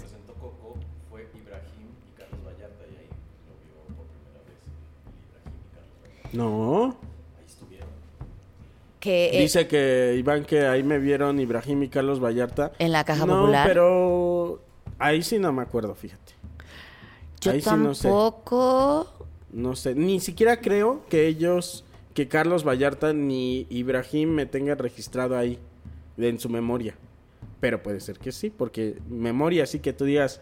No.
Que, eh,
Dice que Iván que ahí me vieron Ibrahim y Carlos Vallarta.
En la Caja
no,
Popular.
pero ahí sí no me acuerdo, fíjate.
yo
ahí sí no sé.
tampoco.
No sé, ni siquiera creo que ellos, que Carlos Vallarta ni Ibrahim me tengan registrado ahí en su memoria. Pero puede ser que sí, porque memoria así que tú digas,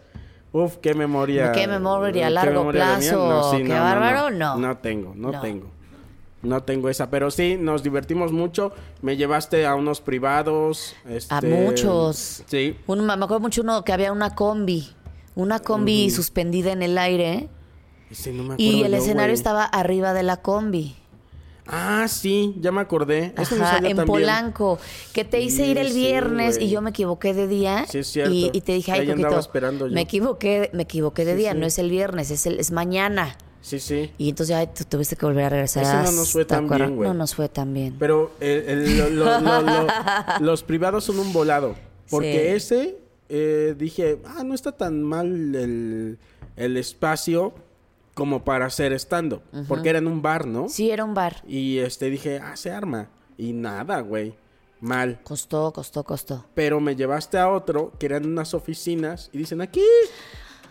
Uf, qué memoria.
Qué memoria a
qué
largo
la mía.
plazo, qué bárbaro, no.
No, tengo, no,
No.
tengo. No tengo esa, pero sí, nos divertimos mucho. Me llevaste a unos privados.
A
este,
muchos.
Sí.
Un- me acuerdo mucho uno que había una combi. Una combi suspendida en el aire.
Ese no me
Y
acuerdo
el
yo,
escenario
güey.
estaba arriba de la combi.
Ah, sí, ya me acordé. Eso no
Ajá, en
sabía también.
Polanco. Que te hice ir el
Sí,
viernes
güey.
y yo me equivoqué de día.
Sí, es cierto.
Y, y te dije, ay,
Ahí andaba
Coquito,
esperando yo.
Me equivoqué, me equivoqué de
Sí,
día.
sí.
No es el viernes, es, el, es mañana.
Sí, sí.
Y entonces ya tú tuviste que volver a regresar.
Ese no nos
hasta
fue tan
Cuarra-
bien, güey.
No nos fue tan bien.
Pero eh, el- lo- lo- lo-
<laughs>
lo- los privados son un volado. Porque
Sí.
ese, eh, dije, ah, no está tan mal el, el espacio como para hacer stand-up. Porque era en un bar, ¿no?
sí, era un bar.
Y este dije, ah, se arma. Y nada, güey. Mal.
Costó, costó, costó.
Pero me llevaste a otro que eran unas oficinas y dicen, aquí,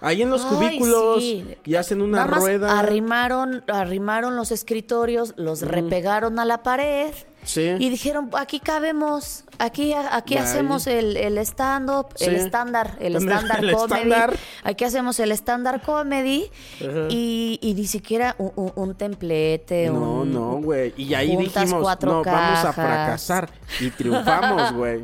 ahí en los
Ay,
cubículos.
sí.
Y hacen una
Nada más
rueda.
arrimaron, arrimaron los escritorios, los repegaron a la pared.
Sí.
Y dijeron, aquí cabemos, aquí, aquí
Bye.
hacemos el, el stand-up, el
Sí.
estándar, el
El
estándar comedy.
estándar.
Aquí hacemos el estándar comedy. Y, y ni siquiera un, un- un templete.
No,
un-
no, güey. Y ahí
juntas
dijimos,
cuatro
no, vamos a
cajas".
fracasar. Y triunfamos, güey.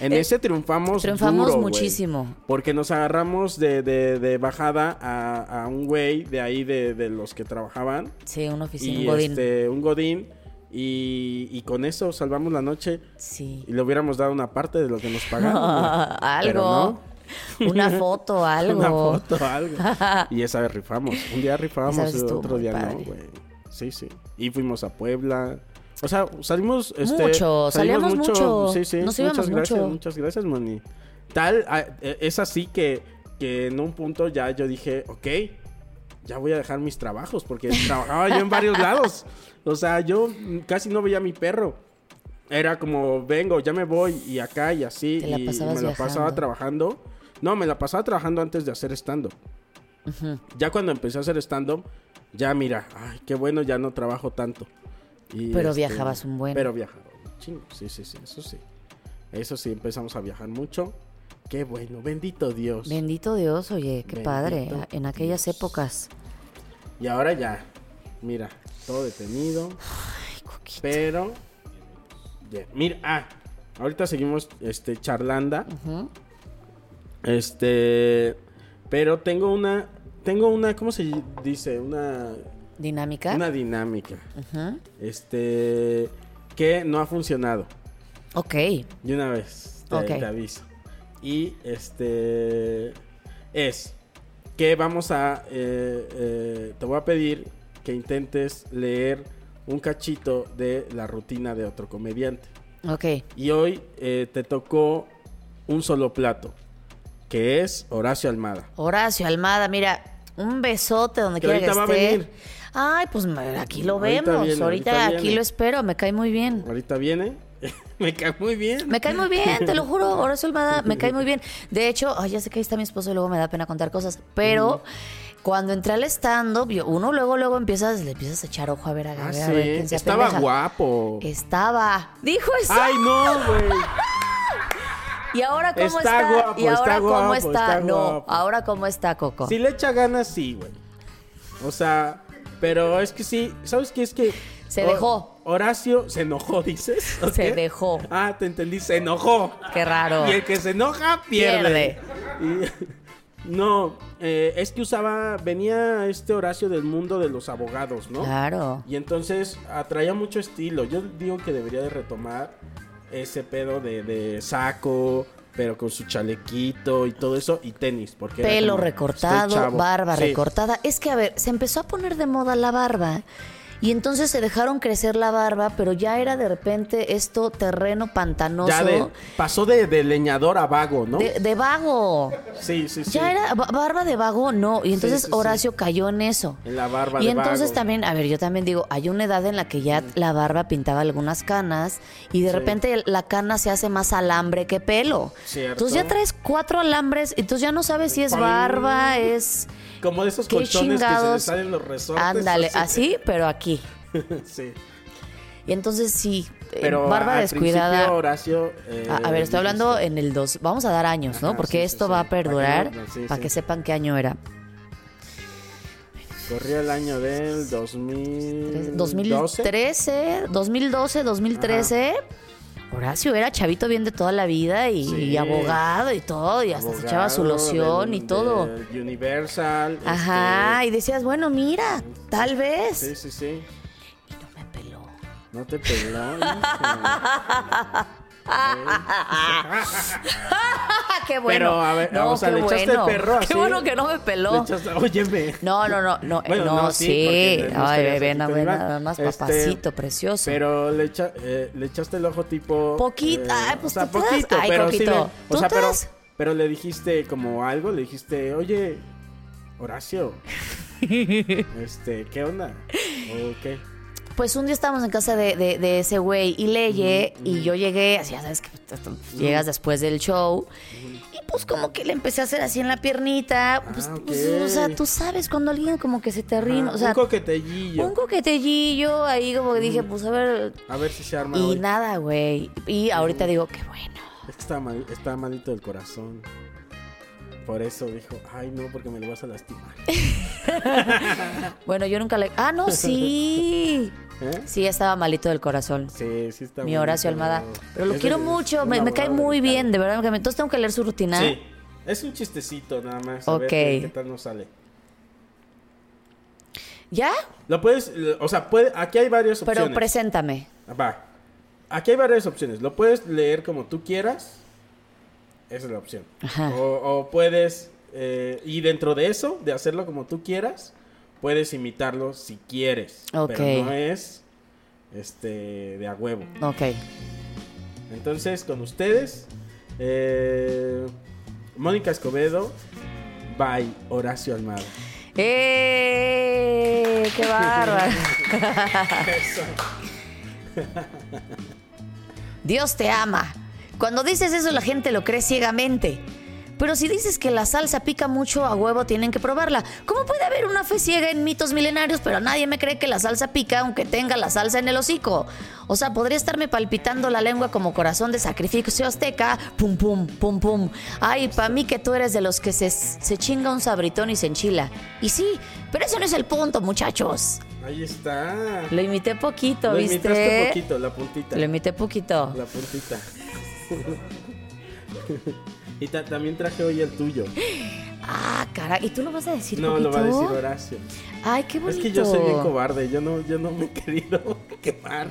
En ese triunfamos
Eh, triunfamos
duro, güey.
muchísimo.
Porque nos agarramos de, de- de bajada a, a un güey de ahí, de, de los que trabajaban.
Sí, una oficina,
y
un godín.
este, un godín. Y, y con eso salvamos la noche. <laughs>
Sí.
Y le hubiéramos dado una parte de lo que nos pagaron. güey. Pero
<laughs> algo. Una
<laughs>
foto,
no,
algo.
Una foto,
<laughs>
algo. Y esa vez rifamos. Un día
Esa
rifamos,
vez
el
estuvo
otro
muy
día
padre.
no, güey. Sí, sí. Y fuimos a Puebla. O sea, salimos. Este,
Mucho, salíamos mucho.
Sí, sí.
Nos íbamos
muchas gracias,
mucho.
muchas gracias, Moni. Tal, a- eh, es así que, que en un punto ya yo dije, ok, ya voy a dejar mis trabajos, porque trabajaba yo en varios lados. O sea, yo mm, casi no veía a mi perro. Era como, vengo, ya me voy, y acá y así.
Te la
y
pasabas
me la
viajando.
pasaba trabajando. No, me la pasaba trabajando antes de hacer stand-up. Ya cuando empecé a hacer stand-up, ya mira, ay, qué bueno, ya no trabajo tanto. Y, este,
Pero viajabas un buen.
Pero viajaba un chingo, sí, sí, sí, eso sí. Eso sí, empezamos a viajar mucho. Qué bueno, bendito Dios.
Bendito Dios, oye, qué
Bendito
padre. En aquellas épocas.
Y ahora ya, mira, todo detenido. Pero, ya, mira, ah, ahorita seguimos este, charlanda. Este, pero tengo una, tengo una, ¿cómo se dice? Una,
Dinámica.
una dinámica. Este, que no ha funcionado.
Ok.
De una vez, te,
Ok.
te aviso. Y este es que vamos a. eh, eh, te voy a pedir que intentes leer un cachito de la rutina de otro comediante.
Ok.
Y hoy eh, te tocó un solo plato, que es Horacio Almada.
Horacio Almada, mira, un besote donde
Que
quiera que esté.
ahorita va a venir.
Ay, pues me- aquí lo
Ahorita
vemos.
viene,
ahorita
ahorita
aquí
viene.
lo espero, me cae muy bien.
Ahorita viene. <laughs> Me cae muy bien.
Me cae muy bien, te lo juro, Horacio Almada, me cae muy bien. De hecho, ay, ya sé que ahí está mi esposo y luego me da pena contar cosas, pero cuando entré al stand-up, yo- uno luego, luego empiezas, le empiezas a echar ojo a ver, a,
Ah,
ver, a
sí.
ver quién se
Estaba
apendeja.
guapo.
Estaba, dijo eso.
¡Ay, no, güey!
y ahora cómo
está
está,
guapo,
y ahora
está
cómo
guapo,
está,
está
no,
guapo.
ahora cómo está Coco.
Si le echa ganas, sí, güey. O sea, pero es que sí, ¿sabes qué? Es que...
Se
Ho-
dejó.
Horacio se enojó, dices. ¿o
<laughs> Se
qué?
dejó.
Ah, te entendí, se enojó.
Qué raro.
Y el que se enoja, pierde. Y- no, eh, es que usaba, venía este Horacio del mundo de los abogados, ¿no?
Claro.
Y entonces atraía mucho estilo. Yo digo que debería de retomar ese pedo de, de saco, pero con su chalequito y todo eso, y tenis. Porque era
Pelo
como, pues, "Estoy
recortado,
chavo".
barba
Sí.
recortada. Es que, a ver, se empezó a poner de moda la barba. Y entonces se dejaron crecer la barba, pero ya era de repente esto terreno pantanoso.
Ya de, pasó de, de leñador a vago, ¿no?
de- de vago.
sí, sí, sí.
Ya era ba- barba de vago, no. Y entonces
sí, sí.
Horacio cayó en eso.
En la barba
Y
de
entonces
vago.
también, a ver, yo también digo, hay una edad en la que ya la barba pintaba algunas canas y de repente el- la cana se hace más alambre que pelo.
Cierto.
Entonces ya traes cuatro alambres, entonces ya no sabes si es
Pam.
barba, es...
Como de esos
¿Qué
colchones que se
chingados?
les salen los resortes.
Eh, Ándale, así, pero aquí.
<laughs> sí.
Y entonces sí, eh,
Pero
Bárbara
al
descuidada.
principio, Horacio. eh,
A, a ver, estoy hablando
dijiste-
en el 2. Vamos a dar años, ¿no?
Ajá,
Porque
sí, sí,
esto
sí.
va
Pa'
a
que
perdurar para
no-
que,
sí, sí.
sepan qué año era.
Corría el año del 2000.
2013, 2012, 2013. Horacio era chavito bien de toda la vida y,
Sí.
y abogado y todo, y hasta se echaba su loción y todo.
Universal.
Ajá, y decías, bueno, mira, tal vez.
este, Sí, sí, sí.
Y no me peló.
No te
<laughs>
peló. híjole.
¡Ah, qué bueno!
Pero, a ver,
no,
o sea,
qué
le echaste
bueno.
perro así.
<laughs> Qué bueno que no me peló.
Le echaste- Óyeme.
No, no, no, no, eh,
Bueno,
no,
no, sí,
sí.
porque no
Ay,
estarías
bebé,
aquí
no,
con
ve
Iván.
nada más,
Este,
papacito, precioso.
Pero le, echa- eh, le echaste el ojo tipo. eh,
Poquito, ay, pues, tú te das-
poquito,
ay,
pero
Coquito,
sí le-
tú
o sea,
te
pero,
das-
pero le dijiste como algo, le dijiste, oye,
<laughs>
Horacio. este, ¿qué onda? ¿O qué?
Pues un día estábamos en casa de, de- de ese güey y Leye, y yo llegué, así ya sabes que pues, llegas después del show, y pues como que le empecé a hacer así en la piernita, pues,
Ah,
pues, o sea,
ok.
tú sabes cuando alguien como que se te rima,
Ah,
o sea,
un coquetellillo.
un coquetellillo, ahí como que dije, pues a ver,
A ver si se arma
y
hoy.
nada, güey, y ahorita digo, qué bueno.
Es que está, mal, está malito del corazón. Por eso dijo, ay no, porque me lo vas a
<laughs>
lastimar.
Bueno, yo nunca le... Ah,
<laughs>
no, sí.
¿Eh?
Sí, estaba malito del corazón.
Sí, sí está
Mi
bonito,
Horacio Almada. Pero lo
Es
quiero
de-
mucho,
un
me, me cae
abogado
muy
delicado.
bien, de verdad. que me- Entonces tengo que leer su rutina.
Sí, es un chistecito nada más. A ver
Ok.
qué, qué tal nos sale.
¿Ya?
Lo puedes, lo- o sea, puede, aquí hay varias opciones.
Pero preséntame.
Va. Aquí hay varias opciones. Lo puedes leer como tú quieras. Esa es la opción.
Ajá.
O, o puedes, eh, y dentro de eso, de hacerlo como tú quieras, puedes imitarlo si quieres.
Ok.
Pero no es, este, de a huevo.
Ok.
Entonces, con ustedes, eh, Mónica Escobedo, by Horacio Almada.
¡Eh! <laughs> ¡Qué bárbaro! Dios te ama. Cuando dices eso la gente lo cree ciegamente. Pero si dices que la salsa pica mucho a huevo, tienen que probarla. ¿Cómo puede haber una fe ciega en mitos milenarios, pero nadie me cree que la salsa pica aunque tenga la salsa en el hocico? O sea, podría estarme palpitando la lengua como corazón de sacrificio azteca. Pum, pum, pum, pum. Ay, pa' mí que tú eres de los que se, se chinga un sabritón y se enchila. Y sí, pero eso no es el punto, muchachos.
Ahí está.
Lo imité poquito,
Lo
¿viste?
imitaste poquito, la puntita.
Lo imité poquito.
La puntita. y ta- también traje hoy el
<gasps>
tuyo.
Ah, caray. ¿Y tú lo vas a decir
No,
poquito?
lo va a decir Horacio.
Ay, qué bonito.
Es que yo soy bien cobarde, yo no, yo no me he querido <laughs> quemar.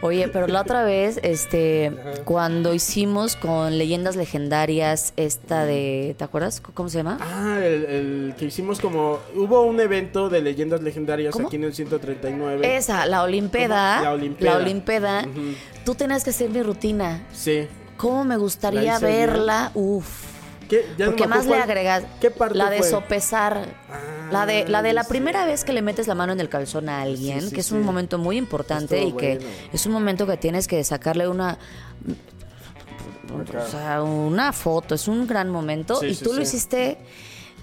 Oye, pero la otra vez, este, cuando hicimos con Leyendas Legendarias esta de, ¿te acuerdas? ¿Cómo se llama?
Ah, el, el que hicimos como... Hubo un evento de leyendas legendarias
¿Cómo?
aquí en el 139.
Esa, la Olimpeda.
¿Cómo? La Olimpeda.
La Olimpeda. Tú tenías que hacer mi rutina.
Sí.
¿Cómo me gustaría
hice bien.
verla? Uf.
¿Qué, Ya no
Porque
me acuerdo
más le
cuál-
agregas
¿Qué parte
la de
fue?
sopesar.
Ah,
La de, la de la
sí.
primera vez que le metes la mano en el calzón a alguien,
Sí, sí,
que es un
sí.
momento muy importante
Estuvo
y que
bueno.
es un momento que tienes que sacarle una o sea, una foto, es un gran momento
Sí,
y
sí,
tú lo
sí.
hiciste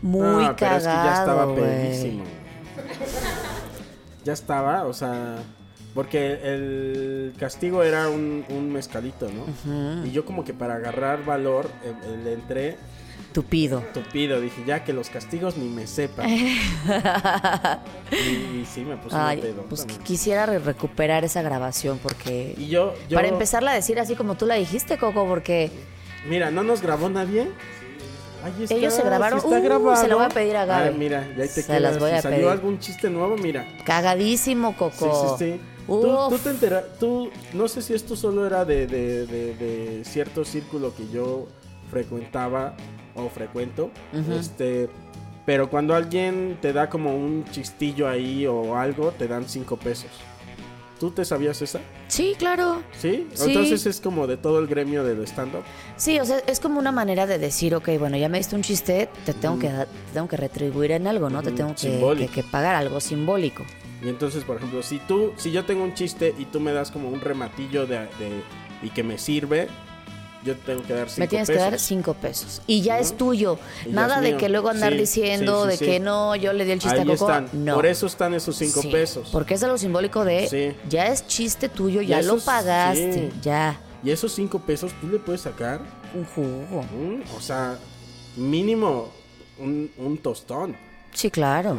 muy
No, pero es que ya estaba
cagado, güey.
pedísimo. Ya estaba, o sea, porque el castigo era un, un mezcalito, ¿no? Y yo como que para agarrar valor eh, eh, le entré
Tupido.
tupido, dije, ya que los castigos ni me
<laughs>
sepan. y, y sí, me puse una
Ay,
pedota,
pues
man.
que quisiera re- recuperar esa grabación porque
Y yo, yo
para empezarla a decir así como tú la dijiste, Coco, porque
Mira, ¿no nos grabó nadie? Ahí está,
Ellos se grabaron.
sí está
Uh, se
grabado.
la voy a pedir a Gaby.
Ay, mira, ya ahí te
Se las
quedas.
voy
Si
a
salió
pedir.
algún chiste nuevo, mira.
cagadísimo,
Sí,
Coco.
sí, sí. Tú,
Uf.
tú te entera- tú, no sé si esto solo era de, de- de- de cierto círculo que yo frecuentaba o frecuento, este, pero cuando alguien te da como un chistillo ahí o algo, te dan cinco pesos. ¿Tú te sabías esa?
Sí, claro.
¿Sí?
Sí.
Entonces es como de todo el gremio del stand-up.
Sí, o sea, es como una manera de decir, ok, bueno, ya me diste un chiste, te tengo que, dar- te tengo que retribuir en algo, ¿no? Te
Ujú,
tengo que,
Mm. simbólico.
que- que pagar algo simbólico.
Y entonces, por ejemplo, si tú, si yo tengo un chiste y tú me das como un rematillo de, de- y que me sirve, yo te tengo que dar cinco
Me tienes que dar
pesos.
cinco pesos. Y ya es tuyo.
Y ya
Nada
es
de
mío.
que luego andar
Sí,
diciendo
sí, sí,
de
sí.
que no, yo le di el chiste
Ahí
a Coco.
están.
No.
Por eso están esos cinco
Sí,
pesos.
Porque es de lo simbólico de
Sí.
ya es chiste tuyo,
Y
ya
eso
lo
es-
pagaste,
sí.
ya.
Y esos cinco pesos tú le puedes sacar,
Un jugo.
mm, o sea, mínimo un, un tostón.
Sí, claro.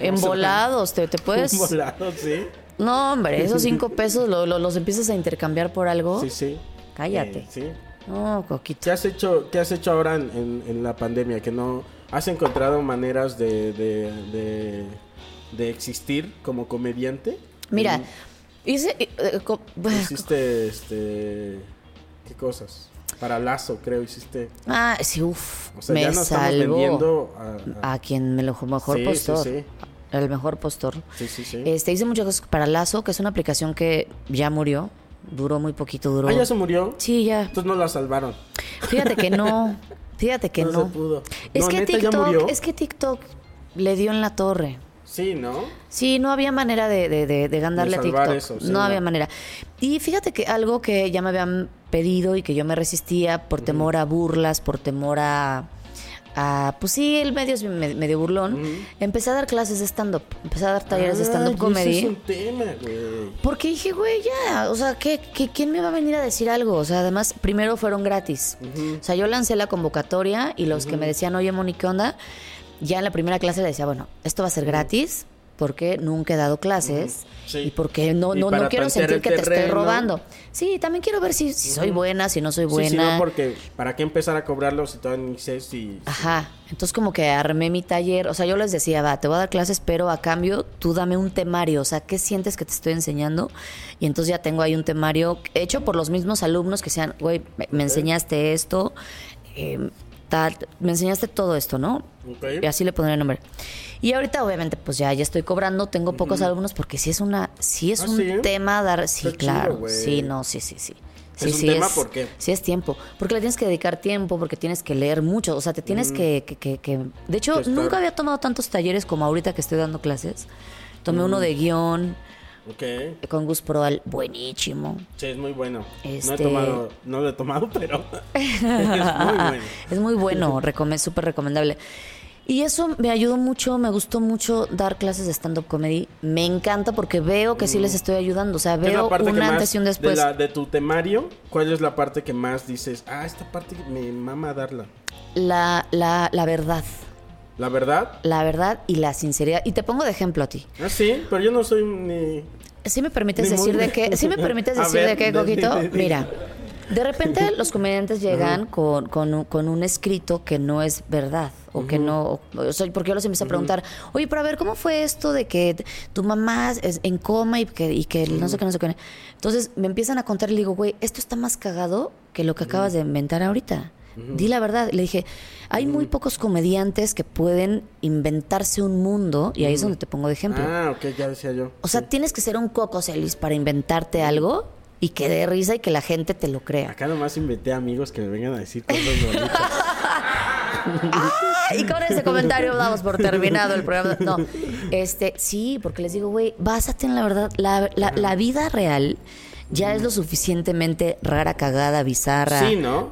En volados, te,
<laughs>
te puedes.
Un volado, sí.
No, hombre, esos cinco pesos lo- lo- los empiezas a intercambiar por algo.
Sí, sí.
Cállate.
Eh, sí.
No, Coquito.
¿Qué has hecho, qué has hecho ahora en, en- en la pandemia? ¿Que no has encontrado maneras de, de, de, de existir como comediante?
Mira, hice. eh, eh, co-
Hiciste, este, ¿qué cosas? Para Lazo, creo, hiciste.
Ah, sí, uff.
O sea,
me
ya no estamos
salvó. Mm, ah,
vendiendo a- a-
a quien me lo mejor
Sí, sí,
postor.
sí.
El mejor postor.
Sí, sí, sí.
Este, hice muchas cosas para Lazo, que es una aplicación que ya murió. Duró muy poquito, duró.
Ah, ya se murió.
Sí, ya.
Entonces no la salvaron.
Fíjate que no. Fíjate que
No
no.
se pudo.
Es
No,
que
¿neta ya
TikTok,
murió?
es que TikTok le dio en la torre.
Sí, ¿no?
Sí, no había manera de, de, de, de ganarle
De
a
salvar
TikTok.
eso, sí,
no,
no.
había manera. Y fíjate que algo que ya me habían pedido y que yo me resistía por temor a burlas, por temor a. a, pues sí, el medio es me- medio burlón. Empecé a dar clases de stand-up. Empecé a dar talleres de
Ah, y
stand-up
ese
comedy.
es un tema, güey.
Porque dije, güey, ya, o sea, ¿qué, qué, quién me va a venir a decir algo? O sea, además, primero fueron gratis. O sea, yo lancé la convocatoria y los que me decían, oye, Moni, ¿qué onda? Ya en la primera clase le decía, bueno, esto va a ser gratis porque nunca he dado clases
Sí.
y porque no,
Y
no,
para
no quiero
tantear
sentir
el
que te estoy
terreno.
robando. Sí, también quiero ver si, si soy buena, si no soy
Sí,
buena. Ah,
sí, no, porque ¿para qué empezar a cobrarlo si todavía ni sé si...
Ajá, entonces como que armé mi taller, o sea, yo les decía, va, te voy a dar clases, pero a cambio tú dame un temario, o sea, ¿qué sientes que te estoy enseñando? Y entonces ya tengo ahí un temario hecho por los mismos alumnos que sean, güey, me, me enseñaste esto, eh, tal, me enseñaste todo esto, ¿no?
Ok.
Y así le pondré el nombre. Y ahorita obviamente pues ya, ya estoy cobrando, tengo pocos alumnos porque sí es una, sí es
Ah,
un
¿sí?
tema dar, sí,
Está chido,
claro,
güey.
sí, no, sí, sí, sí.
Es
Sí,
un
sí,
tema,
es,
¿por qué?
Sí, es tiempo. Porque le tienes que dedicar tiempo, porque tienes que leer mucho. O sea, te tienes que, que- que- que- De hecho,
Que estar-
nunca había tomado tantos talleres como ahorita que estoy dando clases. Tomé uno de guión eh,
Ok.
con Gus Proal, buenísimo.
Sí, es muy bueno. No he
Este-
tomado, no lo he tomado, <laughs> pero es
<laughs>
muy bueno.
Es
<laughs>
muy bueno, recome- súper recomendable. Y eso me ayudó mucho, me gustó mucho dar clases de stand-up comedy. Me encanta porque veo que sí les estoy ayudando. O sea,
¿Qué Mm. es la
veo
parte que
un
más-
antes y un después.
De, la- de tu temario, ¿cuál es la parte que más dices, ah, esta parte me mama darla?
La, la, la verdad.
¿La verdad?
La verdad y la sinceridad. Y te pongo de ejemplo a ti.
Ah, sí, pero yo no soy ni...
¿Sí me permites
Ni
decir
modo.
de qué? ¿Sí me permites
A
decir
ver,
de qué,
de-
Coquito?
de- de-
Mira, de repente los comediantes llegan con, con, un- con un escrito que no es verdad. O que no, o- o sea, porque yo los empiezo a preguntar, oye, pero a ver, ¿cómo fue esto de que t- tu mamá es en coma y que, y que no sé qué, no sé qué? Entonces me empiezan a contar y le digo, güey, esto está más cagado que lo que acabas de inventar ahorita. Di la verdad. Le dije, hay muy pocos comediantes que pueden inventarse un mundo, y ahí es donde te pongo de ejemplo.
Ah, ok, ya decía yo.
O sea, tienes que ser un coco celis para inventarte algo y que dé risa y que la gente te lo <laughs> crea.
Acá nomás inventé amigos que me vengan a decir cosas bonitas.
¡Ah! Y con ese comentario damos por terminado el programa. No, este, sí, porque les digo, güey, básate en la verdad. La, la- la vida real ya es lo suficientemente rara, cagada, bizarra.
Sí, ¿no?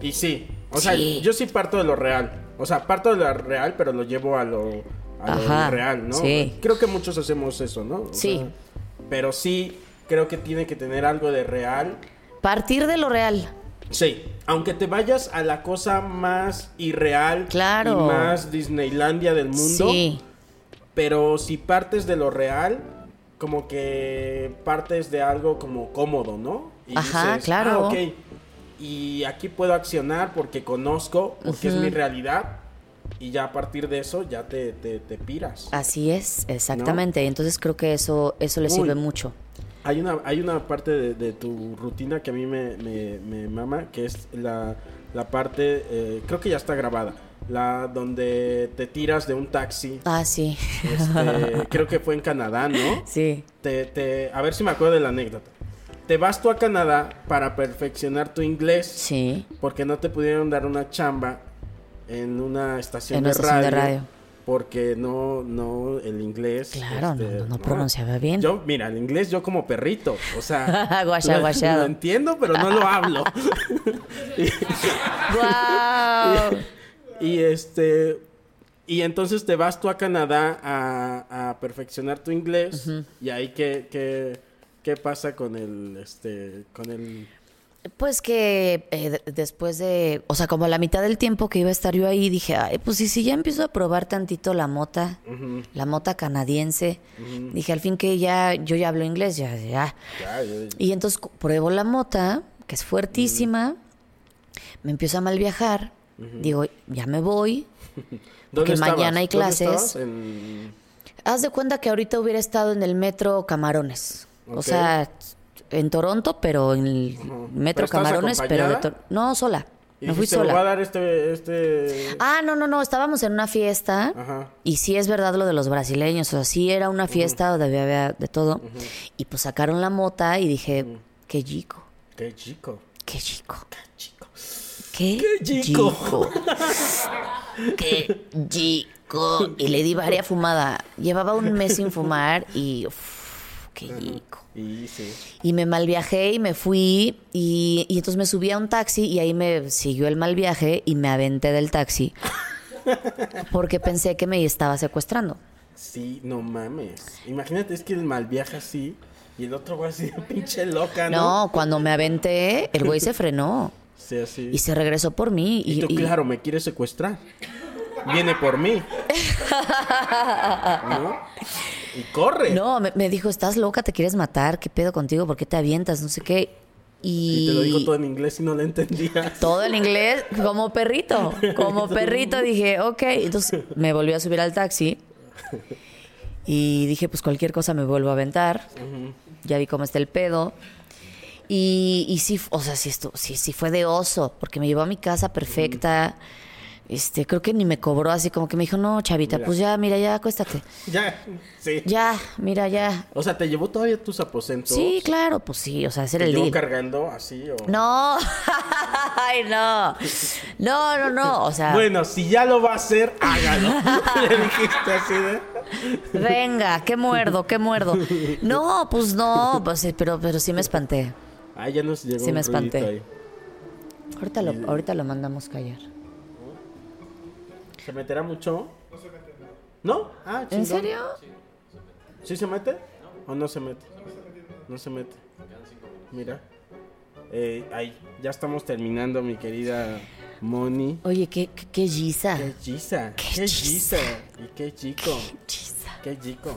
Y sí. O sea,
Sí.
yo sí parto de lo real. O sea, parto de lo real, pero lo llevo a lo, a lo
Ajá,
real, ¿no?
sí.
Creo que muchos hacemos eso, ¿no? O
Sí.
sea, pero sí, creo que tiene que tener algo de real.
Partir de lo real.
Sí, aunque te vayas a la cosa más irreal
Claro.
y más Disneylandia del mundo,
Sí.
pero si partes de lo real, como que partes de algo como cómodo, ¿no? Y
Ajá, claro.
"Ah, ok, y aquí puedo accionar porque conozco, porque es mi realidad, y ya a partir de eso ya te, te, te piras.
Así es, exactamente. Entonces creo que eso, eso les
Uy.
sirve mucho.
Hay una, hay una parte de, de tu rutina que a mí me, me- me mama, que es la, la parte, eh, creo que ya está grabada, la donde te tiras de un
<laughs>
taxi.
Ah, sí.
este, creo que fue en Canadá, ¿no?
Sí.
Te, te- a ver si me acuerdo de la anécdota. Te vas tú a Canadá para perfeccionar tu inglés
Sí.
porque no te pudieron dar una chamba en una estación,
En
de,
una estación
radio,
de radio.
porque no, no, el inglés. este,
Claro, no, no, no pronunciaba bien.
Yo, mira, el inglés yo como perrito, o
<laughs>
sea.
Guasha,
<laughs> lo-
guashado.
Lo entiendo, pero no lo
<laughs>
hablo.
¡Guau!
y este. Y entonces te vas tú a Canadá a, a perfeccionar tu inglés. Y ahí, ¿qué, qué, qué pasa con el. Este, con el.
Pues que eh, de- después de, o sea, como a la mitad del tiempo que iba a estar yo ahí, dije, ay, pues y si ya empiezo a probar tantito la mota, la mota canadiense, dije, al fin que ya, yo ya hablo inglés, ya, ya.
Ya, ya-
Y entonces cu- pruebo la mota, que es fuertísima, me empiezo a mal viajar, digo, ya me voy. Porque mañana hay
¿Dónde estabas?
clases.
En-
Haz de cuenta que ahorita hubiera estado en el metro Camarones, o
Ok.
sea, en Toronto, pero en el
¿Pero
metro
estabas
Camarones, pero de
acompañada?
Tor- no sola.
Y
me fui
dijiste, "Me
sola.
voy a dar este. este...
Ah, no, no, no, estábamos en una fiesta.
Ajá.
Y sí es verdad lo de los brasileños, o sea, sí era una fiesta donde había de todo. Y pues sacaron la mota y dije, qué chico,
Qué chico.
qué chico,
Chico.
qué,
Qué
chico,
chico". <laughs>
qué chico. Y le di varia fumada. Llevaba un mes sin fumar y, uf, qué chico.
Y sí.
Y me mal viajé y me fui y, y entonces me subí a un taxi y ahí me siguió el mal viaje y me aventé
<laughs>
del taxi porque pensé que me estaba secuestrando.
Sí, no mames. Imagínate, es que el mal viaja así y el otro va así, <laughs> pinche loca, ¿Ah, ¿no?
No, cuando me aventé, el güey se frenó
Sí, así.
y se regresó por mí.
Y,
Y,
tú,
y-
claro, me quieres secuestrar. Viene por
<laughs>
mí. ¿No? Y corre.
No, me, me dijo, estás loca, te quieres matar, ¿qué pedo contigo? ¿Por qué te avientas? No sé qué. Y,
Y te lo dijo todo en inglés y no lo entendías.
Todo en inglés, como perrito.
<laughs>
Como perrito dije, ok. Entonces me volví a subir al taxi y dije, pues cualquier cosa me vuelvo a aventar. Ya vi cómo está el pedo. Y, y sí, o sea, sí, estu- sí, sí fue de oso, porque me llevó a mi casa perfecta. Este, creo que ni me cobró así, como que me dijo, no, chavita,
Mira.
pues ya, mira, ya, acuéstate.
<laughs> Ya, sí.
Ya, mira, ya.
O sea, ¿te llevó todavía tus aposentos?
Sí, claro, pues sí, o sea, ese
¿Te
era el
llevó
deal.
cargando así o...?
No, <laughs> ay, no. No, no, no, o sea.
Bueno, si ya lo va a hacer,
<laughs>
hágalo. <laughs> Le dijiste así de...
Venga, qué muerdo, qué muerdo. No, pues no, pues, eh, pero, pero sí me espanté.
Ah, ya nos llegó
Sí, me
un ruidito
espanté.
ahí.
Ahorita lo, ahorita lo mandamos callar.
¿Se meterá mucho? No se mete ¿No? Ah,
¿En
chingón.
serio?
¿Sí se mete? ¿O no se mete? No se mete. Mira. Eh, ahí, ya estamos terminando, mi querida Moni.
Oye, qué, qué, qué guisa.
Qué chisa.
Qué
Qué chisa. Y qué chico. Qué chico.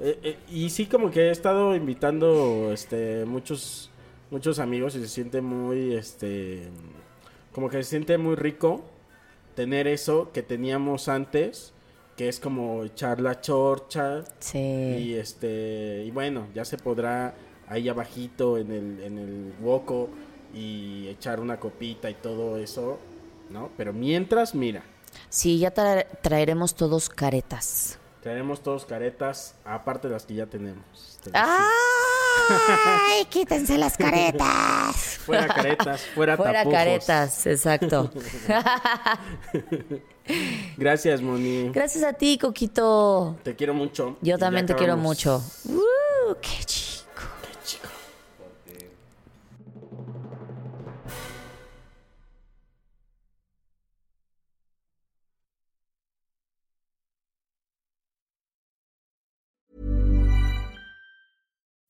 Eh, eh, y sí, como que he estado invitando este, muchos, muchos amigos y se siente muy, este, como que se siente muy rico tener eso que teníamos antes, que es como echar la chorcha,
Sí.
y este y bueno, ya se podrá ahí abajito en el, en el hueco y echar una copita y todo eso, ¿no? Pero mientras, mira,
Sí, ya tra- traeremos todos caretas.
traeremos todos caretas, aparte de las que ya tenemos. Te
Ah.
decía.
¡Ay! ¡Quítense las caretas!
Fuera caretas, fuera,
<laughs> Fuera
tapujos.
caretas, <laughs> exacto.
Gracias, Moni.
Gracias a ti, Coquito.
te quiero mucho. Y
Yo
ya
también te quiero
acabamos.
mucho. ¡Uh! ¡Qué chico!